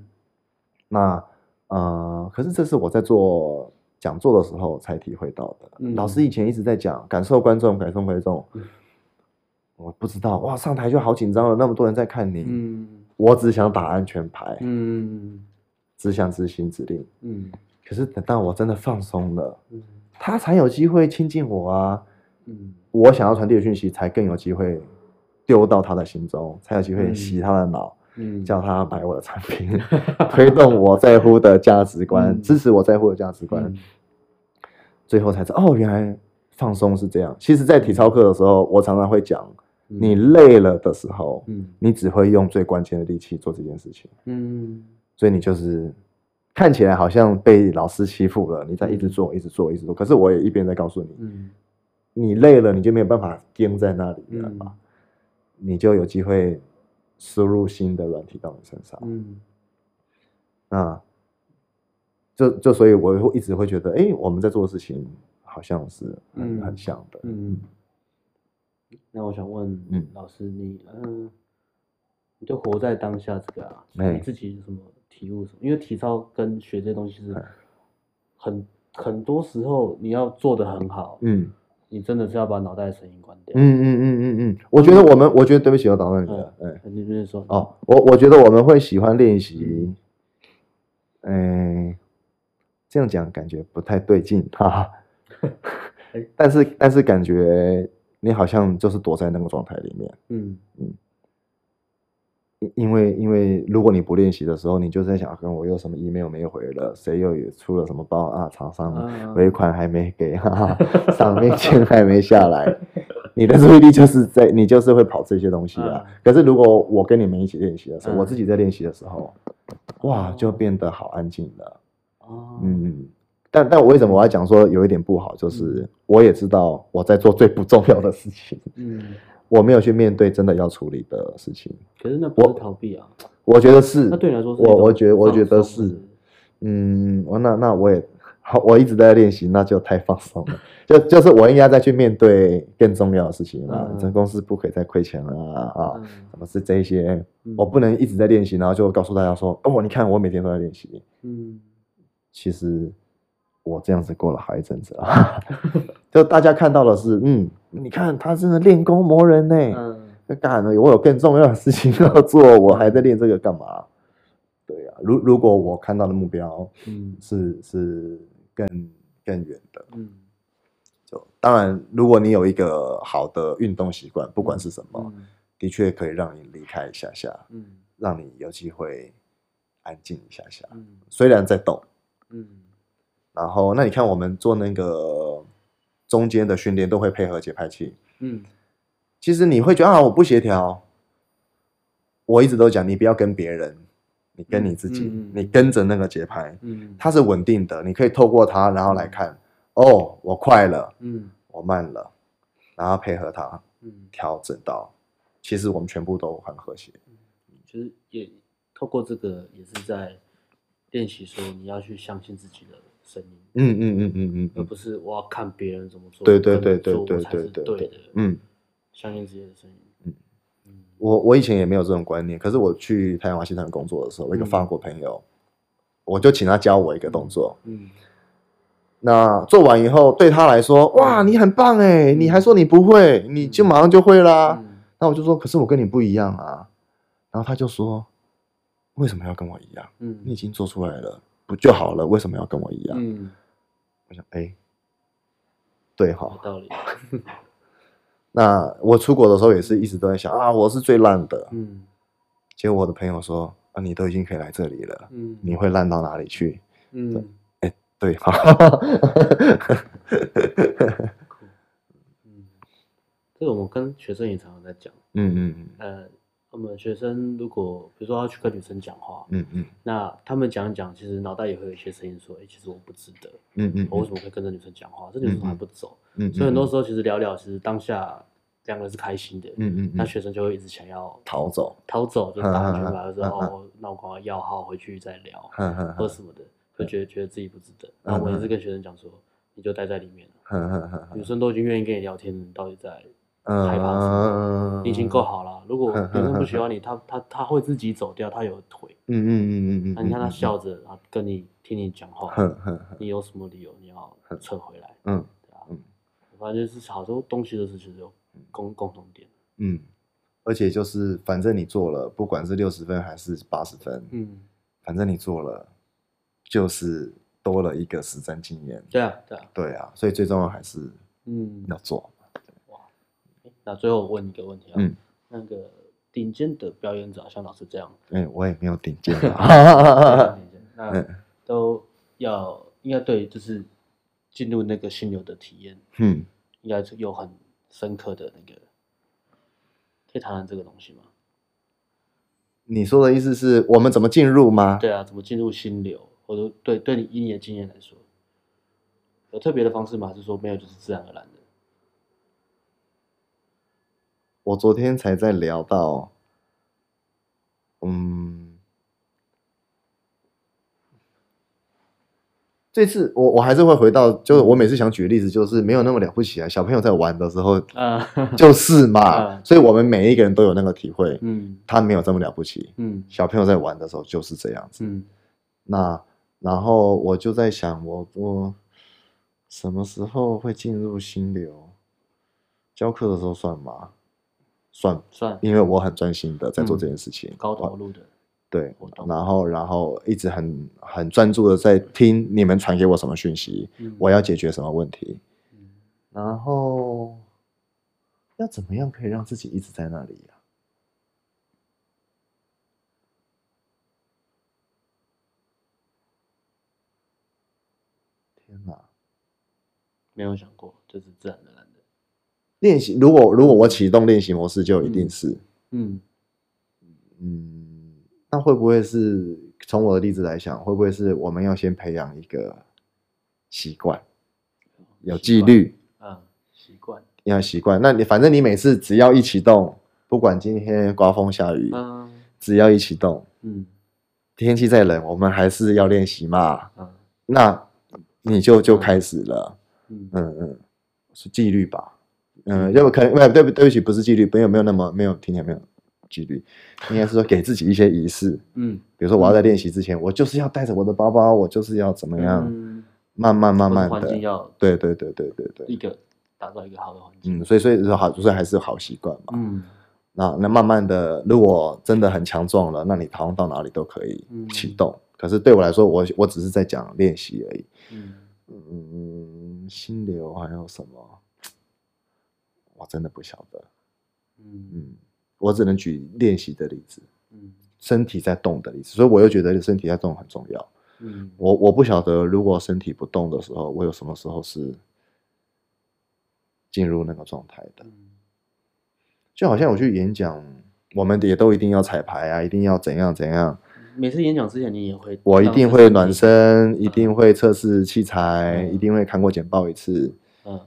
B: 那呃，可是这是我在做讲座的时候才体会到的。
A: 嗯
B: 老师以前一直在讲感受观众，感受观众
A: 嗯，
B: 我不知道哇，上台就好紧张了，那么多人在看你，
A: 嗯
B: 我只想打安全牌，
A: 嗯
B: 只想执行指令。
A: 嗯
B: 可是等到我真的放松了，
A: 嗯
B: 他才有机会亲近我啊，
A: 嗯
B: 我想要传递的讯息才更有机会丢到他的心中，才有机会
A: 嗯
B: 洗他的脑。
A: 嗯，
B: 叫他买我的产
A: *laughs*
B: 品，推动我在乎的价值观，
A: 嗯
B: 支持我在乎的价值观，
A: 嗯
B: 最后才知道哦，原来放松是这样。其实，在体操课的时候，我常常会讲，你累了的时候，
A: 嗯
B: 你只会用最关键的力气做这件事情，
A: 嗯
B: 所以你就是看起来好像被老师欺负了，你在一直做，一直做，一直做。可是我也一边在告诉你，
A: 嗯
B: 你累了，你就没有办法盯在那里了
A: 嗯
B: 嘛，你就有机会输入新的软体到你身上。
A: 嗯
B: 那就就所以我会一直会觉得，哎、我们在做的事情好像是很、
A: 嗯
B: 很像的。
A: 嗯。那我想问
B: 嗯
A: 老师，你嗯，你对活在当下这个啊，
B: 哎
A: 你自己有什么体悟？什么？因为体操跟学这些东西是
B: 哎
A: 很很多时候你要做的很好，
B: 嗯
A: 你真的是要把脑袋的声音关掉。
B: 嗯嗯嗯嗯嗯，我觉得我们，我觉得对不起，我打断你了。嗯，
A: 呃你就是说，
B: 哦，我我觉得我们会喜欢练习，嗯、这样讲感觉不太对劲哈哈
A: 哎。
B: 但是但是感觉你好像就是躲在那个状态里面，
A: 嗯
B: 因因为因为如果你不练习的时候，你就在想，啊跟我有什么 email 没回了，谁又也出了什么包啊，厂商
A: 啊
B: 尾款还没给，哈哈， *laughs* 赏面钱还没下来，你的注意力就是在你就是会跑这些东西啊
A: 嗯。
B: 可是如果我跟你们一起练习的时候，
A: 嗯
B: 我自己在练习的时候，哇，
A: 哦
B: 就变得好安静了。
A: 哦，
B: 嗯，但但我为什么我要讲说有一点不好，就是我也知道我在做最不重要的事情，
A: 嗯，
B: 我没有去面对真的要处理的事情。
A: 可是那不是逃避啊，
B: 我觉得是，
A: 那对你来说是一
B: 我
A: 种
B: 我觉我觉得
A: 放松
B: 是，嗯，我那那我也好，我一直在练习，那就太放松了。 *laughs* 就就是我应该再去面对更重要的事情啦，
A: 嗯
B: 这公司不可以再亏钱了啊啊，
A: 嗯
B: 什么是这些，
A: 嗯
B: 我不能一直在练习，然后就告诉大家说，哦，你看我每天都在练习，
A: 嗯
B: 其实我这样子过了好一阵子
A: *laughs*
B: 啊，就大家看到的是，嗯，你看他真的练功磨人呢、
A: 嗯
B: 那干了，我有更重要的事情要做，我还在练这个干嘛？对呀、啊如如果我看到的目标
A: 嗯
B: 是是更更远的，
A: 嗯
B: 就当然，如果你有一个好的运动习惯，不管是什么，
A: 嗯
B: 的确可以让你离开一下下，
A: 嗯
B: 让你有机会安静一下下。
A: 嗯
B: 虽然在动，
A: 嗯
B: 然后那你看我们做那个中间的训练都会配合节拍器，
A: 嗯
B: 其实你会觉得啊我不协调。我一直都讲，你不要跟别人，你跟你自己，
A: 嗯嗯嗯
B: 你跟着那个节拍，
A: 嗯
B: 它是稳定的，你可以透过它，然后来看，哦，我快了，
A: 嗯
B: 我慢了，然后配合它
A: 嗯，
B: 调整到，其实我们全部都很和谐。
A: 其实也透过这个也是在练习说你要去相信自己的声音，
B: 嗯嗯嗯嗯嗯
A: 而
B: 嗯
A: 不是我要看别人怎么做，
B: 对对
A: 我跟
B: 对
A: 着做
B: 对
A: 我
B: 对
A: 才是
B: 对
A: 对
B: 对
A: 的，
B: 嗯，
A: 相信自己的声音，
B: 嗯
A: 嗯
B: 我我以前也没有这种观念，可是我去太阳马戏团工作的时候，我一个
A: 嗯
B: 法国朋友，我就请他教我一个动作。
A: 嗯
B: 那做完以后，对他来说，哇，你很棒哎！你还说你不会，你就马上就会啦。
A: 嗯
B: 那我就说，可是我跟你不一样啊。然后他就说，为什么要跟我一样？
A: 嗯
B: 你已经做出来了，不就好了？为什么要跟我一样？
A: 嗯，
B: 我想，哎、对哈、
A: 有道理，
B: 那我出国的时候也是一直都在想啊，我是最烂的。
A: 嗯
B: 结果我的朋友说啊，你都已经可以来这里了，
A: 嗯，
B: 你会烂到哪里去？
A: 嗯
B: 对哈，
A: 嗯，这个我们跟学生也常常在讲，
B: *laughs* 嗯嗯
A: 呃，我们学生如果比如说要去跟女生讲话，
B: 嗯嗯
A: 那他们讲一讲，其实脑袋也会有一些声音说，哎、其实我不值得，
B: 嗯嗯，
A: 我为什么会跟这女生讲话？这女生还不走，
B: 嗯，
A: 所以很多时候其实聊聊，其实当下两个人是开心的，
B: 嗯嗯
A: 那学生就会一直想要
B: 逃走，
A: 逃走，就打回去吧，
B: 嗯嗯嗯
A: 就说
B: 嗯嗯
A: 哦，那我赶快要号回去再聊，
B: 哼哼
A: 或
B: 哼 *laughs*
A: 什么的，就觉得觉得自己不值得。
B: 啊
A: 那我也是跟学生讲说，你就待在里面了，
B: 哼哼哼，
A: 女生都已经愿意跟你聊天了，你到底
B: 啊
A: 在？
B: 嗯，
A: 你已经够，好了。如果
B: 嗯
A: 女生不喜欢你，她她她会自己走掉，她有腿。
B: 嗯嗯嗯嗯嗯，
A: 那你看她，笑着，然后跟你听你讲话，
B: 哼哼哼，
A: 你有什么理由你要撤回来？
B: 嗯
A: 对啊
B: 嗯，
A: 反正就是好多东西都是其实有共共同点。
B: 嗯，而且就是反正你做了，不管是六十分还是八十分，
A: 嗯，
B: 反正你做了，就是多了一个实战经验。
A: 对啊，对啊，
B: 对啊，所以最重要还是
A: 嗯。
B: 要做。
A: 诶那最后我问你一个问题啊，
B: 嗯
A: 那个顶尖的表演者，像老师这样，
B: 哎、我也没有顶尖
A: 非 *laughs*
B: 啊。
A: 常顶尖那
B: *laughs* 嗯
A: 都要应该对，就是进入那个心流的体验，
B: 嗯，
A: 应该是有很深刻的那个，可以谈谈这个东西吗？
B: 你说的意思是我们怎么进入吗？
A: 对啊，怎么进入心流？或者对对你以你的经验来说，有特别的方式吗？还是说没有，就是自然而然的？
B: 我昨天才在聊到，嗯，这次我我还是会回到，就是我每次想举的例子，就是没有那么了不起啊。小朋友在玩的时
A: *laughs*
B: 候呃
A: 啊，
B: 就是嘛，
A: 嗯
B: 所以我们每一个人都有那个体会，
A: 嗯
B: 他没有这么了不起。
A: 嗯
B: 小朋友在玩的时候就是这样子。
A: 嗯
B: 那然后我就在想，我我什么时候会进入心流？教课的时候算吗？算，
A: 算
B: 因为我很专心的在做这件事情。
A: 高投入的，
B: 对
A: 我懂，
B: 然后然后一直很很专注的在听你们传给我什么讯息，
A: 嗯
B: 我要解决什么问题，
A: 嗯
B: 然后要怎么样可以让自己一直在那里呀、天哪！
A: 没有想过，就是自然而然的，
B: 练习，如果如果我启动练习模式，就一定
A: 嗯
B: 是，
A: 嗯
B: 嗯，那会不会是从我的例子来想，会不会是我们要先培养一个习惯，有纪律，
A: 啊，习惯，
B: 要习惯。那你反正你每次只要一启动，不管今天刮风下雨，
A: 嗯
B: 只要一启动，
A: 嗯
B: 天气再冷，我们还是要练习嘛。
A: 啊
B: 那你就就开始了，
A: 嗯
B: 嗯嗯，是纪律吧？嗯，
A: 嗯
B: 要不可能不对不对不起，不是纪律，没有没有那么没有听起来没有纪律，应该是说给自己一些仪式。
A: 嗯，
B: 比如说我要在练习之前，我就是要带着我的包包，我就是要怎么样，
A: 嗯
B: 慢慢慢慢
A: 或者环境
B: 的，
A: 要
B: 对对对对对对，嗯
A: 一个打造一个好的环境，
B: 嗯，所以所以说好，所以还是有好习惯嘛。
A: 嗯
B: 那那慢慢的，如果真的很强壮了，那你好像到哪里都可以
A: 嗯
B: 启动。可是对我来说，我我只是在讲练习而已。
A: 嗯，
B: 嗯，心流还有什么？我真的不晓得。
A: 嗯
B: 嗯，我只能举练习的例子，
A: 嗯
B: 身体在动的例子。所以我又觉得身体在动很重要。
A: 嗯，
B: 我我不晓得，如果身体不动的时候，我有什么时候是进入那个状态的？
A: 嗯
B: 就好像我去演讲，我们也都一定要彩排啊，一定要怎样怎样，
A: 嗯每次演讲之前你也会，
B: 我一定会暖
A: 身，
B: 身，一定会测试器材，
A: 嗯
B: 一定会看过简报一次。
A: 嗯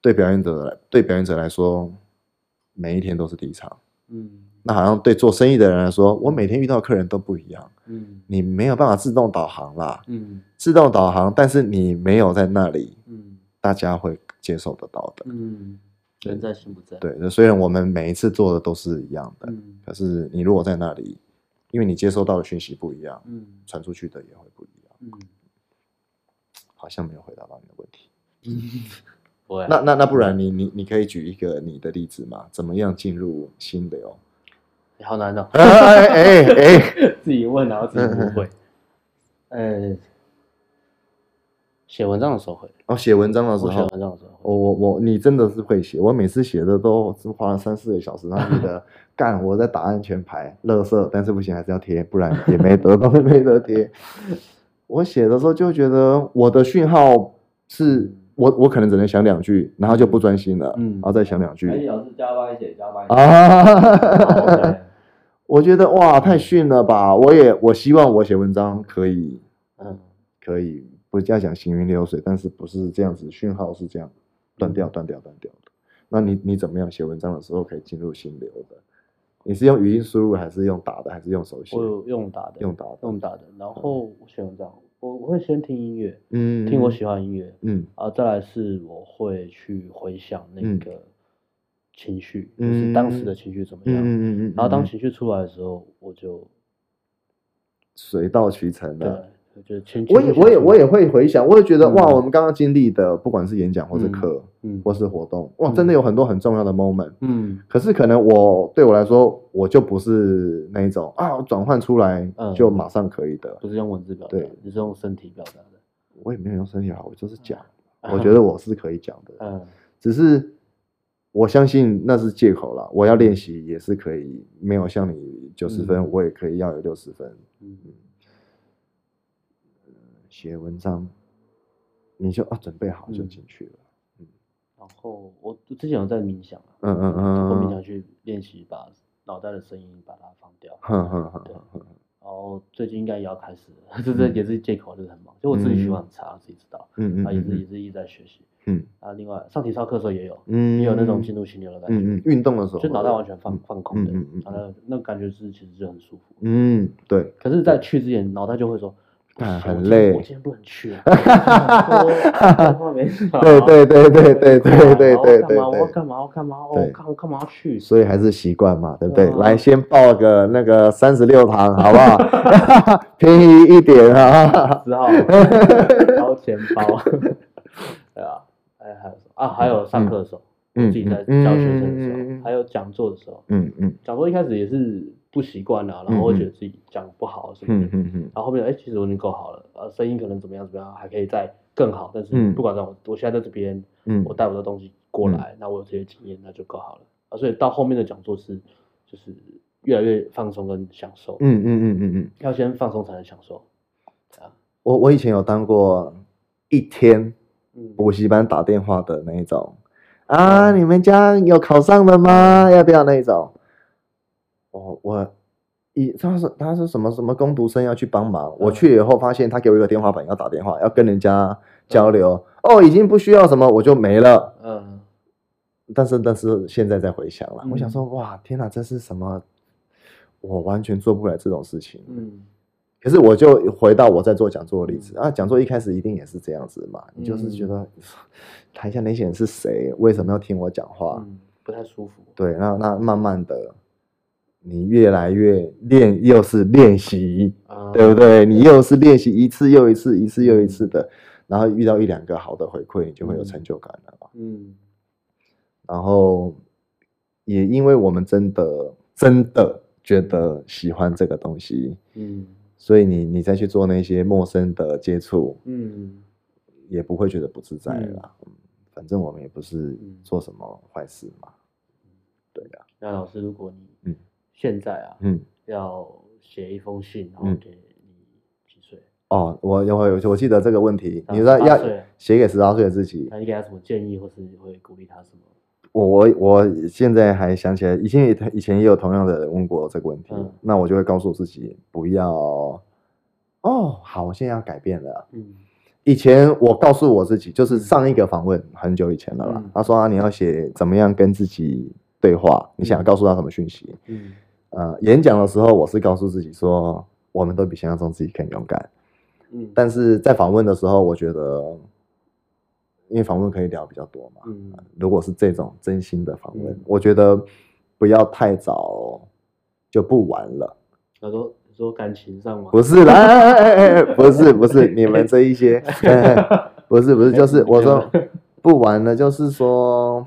B: 对表演者来，对表演者来说，每一天都是第一场。
A: 嗯
B: 那好像对做生意的人来说，我每天遇到的客人都不一样，
A: 嗯
B: 你没有办法自动导航啦，
A: 嗯
B: 自动导航，但是你没有在那里，
A: 嗯
B: 大家会接受得到的。
A: 嗯，人在心不在，，
B: 对，虽然我们每一次做的都是一样的，
A: 嗯
B: 可是你如果在那里，因为你接收到的讯息不一样，
A: 嗯
B: 传出去的也会不一样。
A: 嗯，
B: 好像没有回答到你的问题。
A: 不会啊，
B: 那那那不然你你你可以举一个你的例子吗？怎么样进入心流？
A: 那好难哦，
B: *laughs* 哎哎哎哎，
A: *laughs* 自己问然后自己不会，嗯，写文章的时候会，
B: *laughs* 哦，写文章的时
A: 我写
B: 候
A: 文。章的时候会，
B: 我我我，你真的是会写。我每次写的都是花了三四个小时，然后 *laughs* 觉得干我在打安全牌，乐色，但是不行还是要贴，不然也没得到 *laughs* 没得贴。我写的时候就觉得我的讯号是我我可能只能想两句，然后就不专心了，
A: 嗯
B: 然后再想两
C: 而
B: *laughs*
C: 且
B: 句
C: 老师加班写加班，
B: *laughs* 啊。
A: 哦
B: 我觉得哇，
A: 嗯
B: 太逊了吧！我也我希望我写文章可以
A: 对嗯
B: 可以不要讲行云流水，但是不是这样子，讯号是这样断
A: 嗯
B: 掉、断掉、断掉的。那你你怎么样写文章的时候可以进入心流的？你是用语音输入还是用打的，还是用手写
A: 我？有用打的，
B: 用打的。
A: 用打的，然后我写文章，我我会先听音乐，
B: 嗯，
A: 听我喜欢的音乐，
B: 嗯
A: 啊，再来是我会去回想那
B: 嗯
A: 个情绪，就是当时的情绪怎么
B: 嗯
A: 样。
B: 嗯嗯嗯。
A: 然后当
B: 嗯
A: 情绪出来的时候，我就
B: 水到渠成
A: 对
B: 的。，
A: 我就情
B: 我也我也我也，会回想，我也觉得哇，
A: 嗯
B: 我们刚刚经历的，不管是演讲或是课
A: 情绪出
B: 或
A: 来
B: 是活动，哇，真的有很多很重要的 moment。
A: 嗯
B: 可是可能我对我来说，我就不是那一种啊，转换出来
A: 嗯
B: 就马上可以的。
A: 嗯，不是用文字表达
B: 对，
A: 你是用身体表达的。
B: 我也没有用身体好，我就是讲，
A: 嗯
B: 我觉得我是可以讲的，
A: *laughs* 嗯
B: 只是我相信那是借口
A: 嗯
B: 啦。我要练习也是可以，没有像你九十分，
A: 嗯
B: 我也可以要有六十分。
A: 嗯
B: 写文章，你就啊准备好就
A: 嗯
B: 进去了。
A: 然后我之前有在冥想啊，
B: 嗯
A: 通
B: 嗯
A: 过冥
B: 嗯
A: 想，去练习把脑袋的声音把它放掉。
B: 哼哼哼
A: 对
B: 哼，
A: 然后最近应该也要开始了， *laughs* 这这
B: 嗯
A: 也是借口，就是很忙，就我自己循
B: 嗯
A: 环很差，自己知道，
B: 嗯嗯
A: 啊也是也
B: 嗯
A: 是一直在学习。
B: 嗯
A: 啊，另外上体操课的时候也有，
B: 嗯，
A: 也有那种进入心流的感觉，
B: 嗯嗯运动的时候，
A: 就脑袋完全放
B: 嗯
A: 放空的，
B: 嗯嗯嗯
A: 然后那感觉是其实就很舒服。
B: 嗯对，
A: 可是，在去之前，脑袋就会
B: *laughs*
A: 说，不
B: 干
A: 行
B: 啊很
A: 我今天
B: 累
A: 我今天不能去
B: *laughs*
A: *laughs* 啊。我没
B: 对对对对对对对对对
A: 我要
B: 对。
A: 干嘛？我要干嘛？我哦
B: 对
A: 干嘛我干嘛要去？
B: 所以还是习惯嘛，对不对？
A: 对啊
B: 来，先报个那个三十六堂，好不
A: *laughs*
B: 好？便宜一点
A: *laughs*
B: 啊！*laughs*
A: 只好掏钱包。对啊，哎，还有什么啊？还有上课的时候，
B: 嗯
A: 我自己在教学啊生的时候，
B: 嗯嗯嗯嗯嗯
A: 还有讲座的时候，
B: 嗯嗯
A: 讲座一开始也是不习惯啊，然后会觉得自己讲不好什么的
B: 嗯，嗯嗯
A: 然后后面哎，其实我已经够好了，呃，声音可能怎么样怎么样，还可以再更好，但是
B: 嗯
A: 不管怎样，我现在在这边，
B: 嗯，
A: 我带我的东西过来，那我有这些经验，那就够好了啊。所以到后面的讲座是，就是越来越放松跟享受，
B: 嗯嗯嗯嗯嗯，
A: 要先放松才能享受，啊，
B: 我我以前有当过一天
A: 嗯，
B: 补习班打电话的那一种啊，你们家有考上了吗？要不要那一种？我我一他说他说什么什么工读生要去帮忙，
A: 嗯
B: 我去了以后发现他给我一个电话本要打电话，要跟人家交流。哦，已经不需要什么，我就没了。
A: 嗯
B: 但是但是现在再回想了，
A: 嗯
B: 我想说哇，天哪，这是什么？我完全做不来这种事情。
A: 嗯
B: 可是我就回到我在做讲座的例子啊，讲座一开始一定也是这样子嘛，你就是觉得 *laughs* 台下那些人是谁，为什么要听我讲话？
A: 嗯，不太舒服，
B: 对，那那慢慢的，你越来越练，又是练习，
A: 啊，
B: 对不对？你又是练习一次又一次，一次又一次的，然后遇到一两个好的回馈，你就会有
A: 嗯
B: 成就感了嘛。
A: 嗯
B: 然后也因为我们真的真的觉得喜欢这个东西，
A: 嗯
B: 所以你你再去做那些陌生的接触，
A: 嗯
B: 也不会觉得不自在啦。嗯反正我们也不是
A: 嗯
B: 做什么坏事嘛。对呀、
A: 那老师，如果你
B: 嗯
A: 现在啊
B: 嗯，
A: 要写一封信，然后
B: 嗯
A: 给你几岁？
B: 哦，我有我我记得这个问题，你
A: 十
B: 知道
A: 八
B: 要
A: 岁哎
B: 写给十八岁的自己，
A: 那你给他什么建议，或是你会鼓励他什么？
B: 我我我现在还想起来，以前也以前也有同样的人问过我这个问题，
A: 嗯
B: 那我就会告诉我自己不要。哦，好，我现在要改变了。
A: 嗯
B: 以前我告诉我自己，就是上一个访问很久以前了啦。
A: 嗯
B: 他说啊，你要写怎么样跟自己对话，你想要告诉他什么讯息？
A: 嗯
B: 呃，演讲的时候我是告诉自己说，我们都比想象中自己更勇敢。
A: 嗯，
B: 但是在访问的时候，我觉得，因为访问可以聊比较多嘛，
A: 嗯
B: 如果是这种真心的访问，
A: 嗯
B: 我觉得不要太早就不玩了。
A: 他说你说感情上吗？
B: 不是啦， *laughs* 哎哎哎哎不是不是，你们这一些， *laughs* 哎哎不是不是，就是我说不玩了，就是说，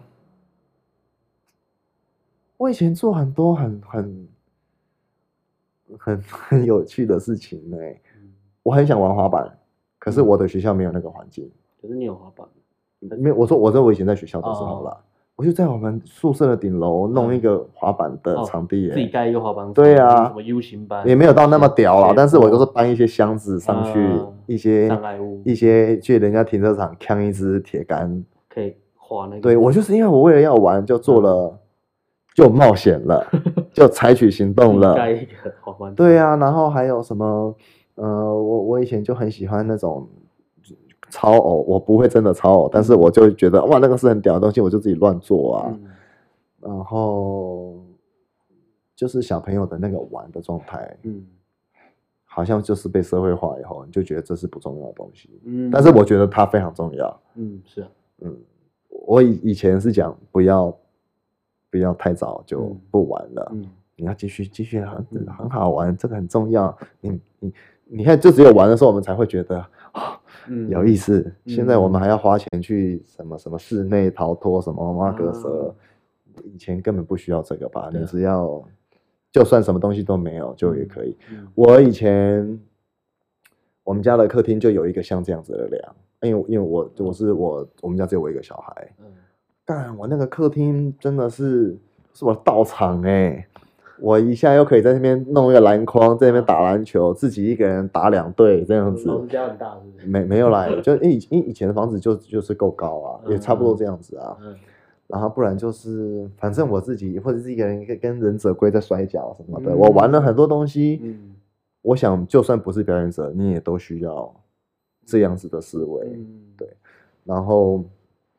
B: 我以前做很多很很很很有趣的事情呢、
A: 嗯，
B: 我很想玩滑板，可是我的学校没有那个环境。
A: 可是你有滑板，
B: 没有，我说我在我以前在学校的
A: 哦
B: 时候啦，我就在我们宿舍的顶楼弄一个滑板的场地耶、
A: 哦自己盖一个滑板场，
B: 对啊
A: 就是什么 U 型班
B: 也没有到那么屌啦
A: 斜，
B: 但是我就是搬一些箱子上去，
A: 嗯
B: 一些
A: 障碍物
B: 一些去人家停车场扛一支铁杆。
A: 可以画那个，
B: 对我就是因为我为了要玩，就做了，
A: 嗯
B: *laughs* 就冒险了，就采取行动
A: 自己盖
B: 了。
A: 一个滑板，
B: *laughs* 对，啊，然后还有什么？呃，我我以前就很喜欢那种超偶，我不会真的超偶，但是我就觉得哇，那个是很屌的东西，我就自己乱做啊。
A: 嗯
B: 然后就是小朋友的那个玩的状态，
A: 嗯
B: 好像就是被社会化以后，你就觉得这是不重要的东西。
A: 嗯，
B: 但是我觉得它非常重要。
A: 嗯是啊，
B: 嗯，我以以前是讲不要不要太早就
A: 嗯
B: 不玩了，
A: 嗯
B: 你要继续继续很
A: 嗯
B: 很好玩，这个很重要。你你你看，就只有玩的时候，我们才会觉得。啊
A: 嗯
B: 有意思，
A: 嗯
B: 现在我们还要花钱去什么什么室内逃脱，什么挖格蛇，以前根本不需要这个吧？
A: 啊对啊
B: 你只要就算什么东西都没有就也可以。
A: 嗯
B: 我以前我们家的客厅就有一个像这样子的梁，因为因为我我是我我们家只有我一个小孩，
A: 嗯
B: 干我那个客厅真的是是我的道场哎、我一下又可以在那边弄一个篮筐，在那边打篮球，自己一个人打两队这样子。
A: 老师家很大是不是？
B: 没没有啦，就因以因以前的房子就就是够高啊，
A: 嗯
B: 也差不多这样子啊。
A: 嗯
B: 然后不然就是，反正我自己或者是一个人跟跟忍者龟在摔跤什么的，
A: 嗯
B: 我玩了很多东西。
A: 嗯
B: 我想，就算不是表演者，你也都需要这样子的思维。
A: 嗯
B: 对然后，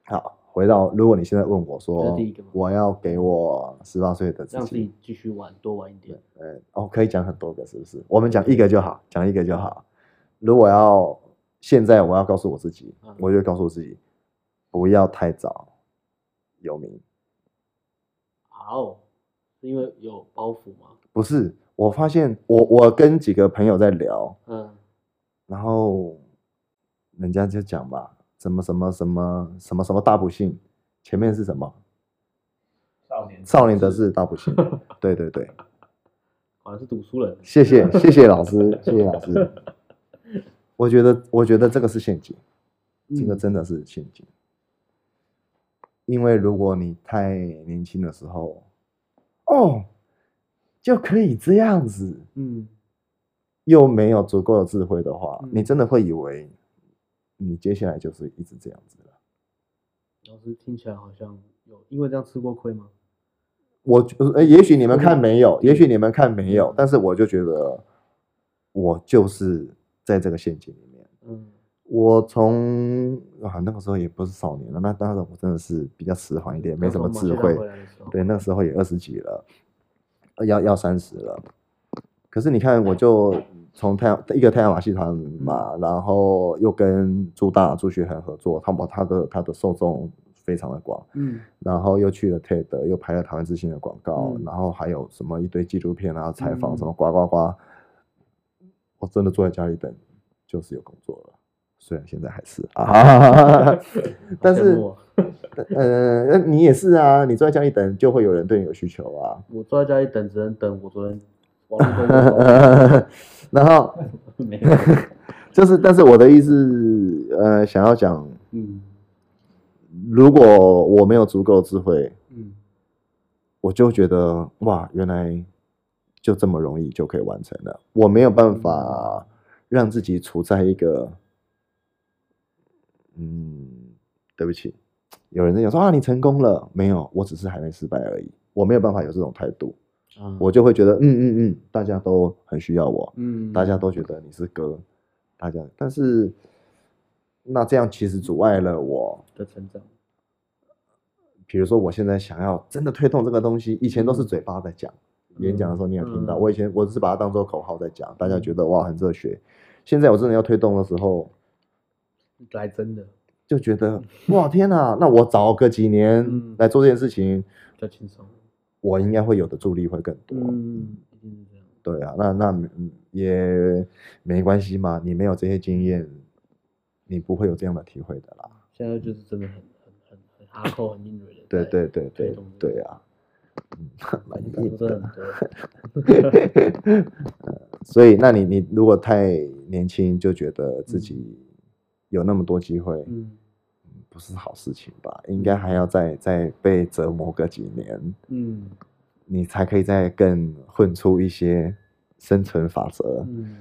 B: 好，回到如果你现在问我
A: 这
B: 说
A: 是第一个吗，
B: 我要给我十八岁的自
A: 让自
B: 己，
A: 己继续玩，多玩一点，
B: 嗯，哦，可以讲很多个，是不是？我们讲一个就好，讲一个就好。如果要现在我要告诉我自己
A: 嗯，
B: 我就告诉我自己，不要太早有名。
A: 好，是因为有包袱吗？
B: 不是，我发现我我跟几个朋友在聊，
A: 嗯
B: 然后人家就讲吧，什么什么什么什么什么大不幸，前面是什么？
C: 少年
B: 少年得志大
A: *laughs*
B: 不幸。对对对，
A: 好像是读书人，
B: 谢谢谢谢老师，谢谢
A: *laughs*
B: 老师。我觉得我觉得这个是陷阱，这个
A: 嗯
B: 真的是陷阱。因为如果你太年轻的时候，哦，就可以这样子，
A: 嗯
B: 又没有足够的智慧的话，
A: 嗯
B: 你真的会以为你接下来就是一直这样子了。
A: 老师听起来好像有，因为这样吃过亏吗？
B: 我觉呃，也许你们看没有，
A: 嗯
B: 也许你们看没有，但是我就觉得，我就是在这个陷阱里面。
A: 嗯
B: 我从啊那个时候也不是少年了，那当然我真的是比较迟缓一点，没什么智慧。对，那个时候也二十几了，呃要要三十了。可是你看，我就从太阳一个太阳马戏团嘛，然后又跟朱大朱学恒合作，他把他的他的受众非常的广，
A: 嗯
B: 然后又去了 TED，又拍了台湾之星的广告，
A: 嗯
B: 然后还有什么一堆纪录片啊、采访
A: 嗯
B: 什么呱呱呱。我真的坐在家里等， *laughs* 就是有工作了，虽然现在还是啊，
A: 好羡
B: 但是
A: 慕哦
B: 呃，那你也是啊，你坐在家里等，就会有人对你有需求啊。
A: 我坐在家里等，只能等我昨天网络工作
B: 然后 *laughs*
A: 没有。
B: 就是，但是我的意思，呃，想要讲，
A: 嗯
B: 如果我没有足够的智慧，
A: 嗯
B: 我就觉得哇，原来就这么容易就可以完成了。我没有办法让自己处在一个，嗯，对不起，有人在讲说啊，你成功了，没有，我只是还没失败而已。我没有办法有这种态度，
A: 啊，
B: 我就会觉得，嗯嗯嗯，大家都很需要我，
A: 嗯
B: 大家都觉得你是哥，大家，但是那这样其实阻碍了我
A: 的成长，
B: 比如说我现在想要真的推动这个东西，以前都是嘴巴在讲，
A: 嗯
B: 演讲的时候你有听到，
A: 嗯
B: 我以前我只是把它当做口号在讲，大家觉得哇很热血。现在我真的要推动的时候，
A: 来真的
B: 就觉得哇天哪，那我早个几年
A: 嗯
B: 来做这件事情，
A: 比较轻松。
B: 我应该会有的助力会更多。
A: 嗯，一定是这样。
B: 对啊，那那嗯也没关系嘛，你没有这些经验，你不会有这样的体会的啦。
A: 现在就是真的很很很很哈扣、很硬锐的。
B: 对对对
A: 推
B: 对
A: 动这个
B: 对啊，嗯， *laughs* 蛮
A: 很
B: 硬
A: 多，
B: 的
A: 真。的很多。
B: *laughs* 所以，那你你如果太年轻就觉得自己有那么多机会，
A: 嗯
B: 不是好事情吧？应该还要再再被折磨个几年，
A: 嗯
B: 你才可以再更混出一些生存法则。
A: 嗯，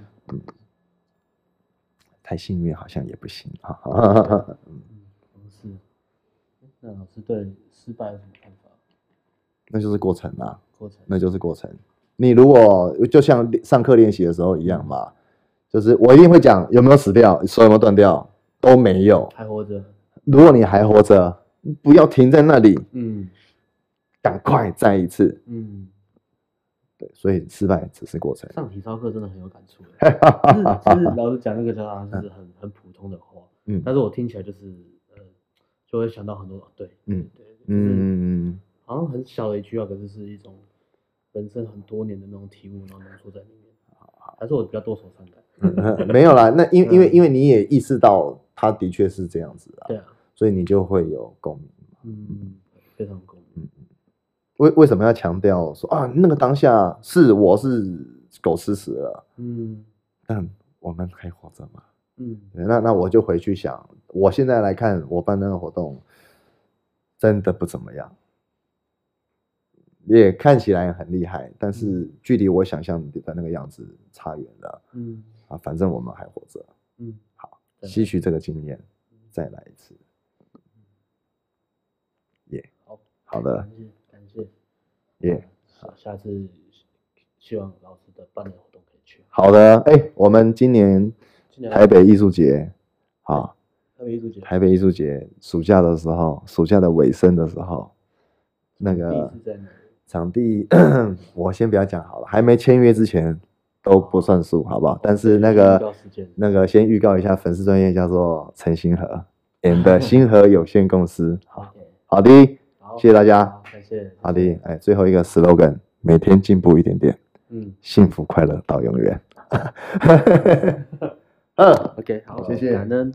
B: 太幸运好像也不行啊。 *laughs*
A: 不嗯是。那老师对失败有什么看法？
B: 那就是过程啊，
A: 过程？
B: 那就是过程。你如果就像上课练习的时候一样
A: 嗯
B: 嘛，就是我一定会讲有没有死掉，手有没有断掉，都没有。
A: 还活着。
B: 如果你还活着，不要停在那里，
A: 嗯
B: 赶快再一次。
A: 嗯，
B: 对，所以失败只是过程。
A: 上体操课真的很有感触。 *laughs* 就是就是老师讲那个教堂就是很很普通的话，
B: 嗯
A: 但是我听起来就是呃，就会想到很多对
B: 嗯
A: 对，对就是
B: 嗯，
A: 好像很小的一句话，可是是一种人生很多年的那种体悟，然后浓缩在里面。还是我比较多愁善感。
B: 没有啦。那因为因为因为你也意识到他的确是这样子啊，
A: 对啊，
B: 所以你就会有共鸣。
A: 嗯，非常公平。
B: 为为什么要强调说啊？那个当下是我是狗吃屎了，
A: 嗯
B: 但我们还活着吗？
A: 嗯
B: 对那那我就回去想，我现在来看我办那个活动，真的不怎么样，也看起来很厉害，但是距离我想象的那个样子差远了
A: 嗯
B: 啊！反正我们还活着，
A: 嗯，好，
B: 吸取这个经验，再来一次。耶、
A: 好
B: 好的，
A: 感谢感谢。
B: 耶、
A: 好，下次希望老师的办的活动可以去。啊
B: 好的，哎、我们今年
A: 今年
B: 台北艺术节，好，
A: 台北艺术节，
B: 台北艺术节暑假的时候，暑假的尾声的时候，那
A: 第
B: 个
A: 一次在哪里？
B: 场地，我先不要讲好了，还没签约之前都不算数，好不好？但是那
A: 预告
B: 个
A: 时间
B: 那个先预告一下，粉丝专业叫做陈星河 and 星河有限公司。好，
A: OK，
B: 好的，
A: 好，
B: 谢谢大家
A: 好，，感谢，
B: 好的，哎，最后一个 slogan，每天进步一点点，
A: 嗯
B: 幸福 *laughs* 快乐到永远。嗯。
A: ，OK，好，
B: 谢谢
A: 感恩。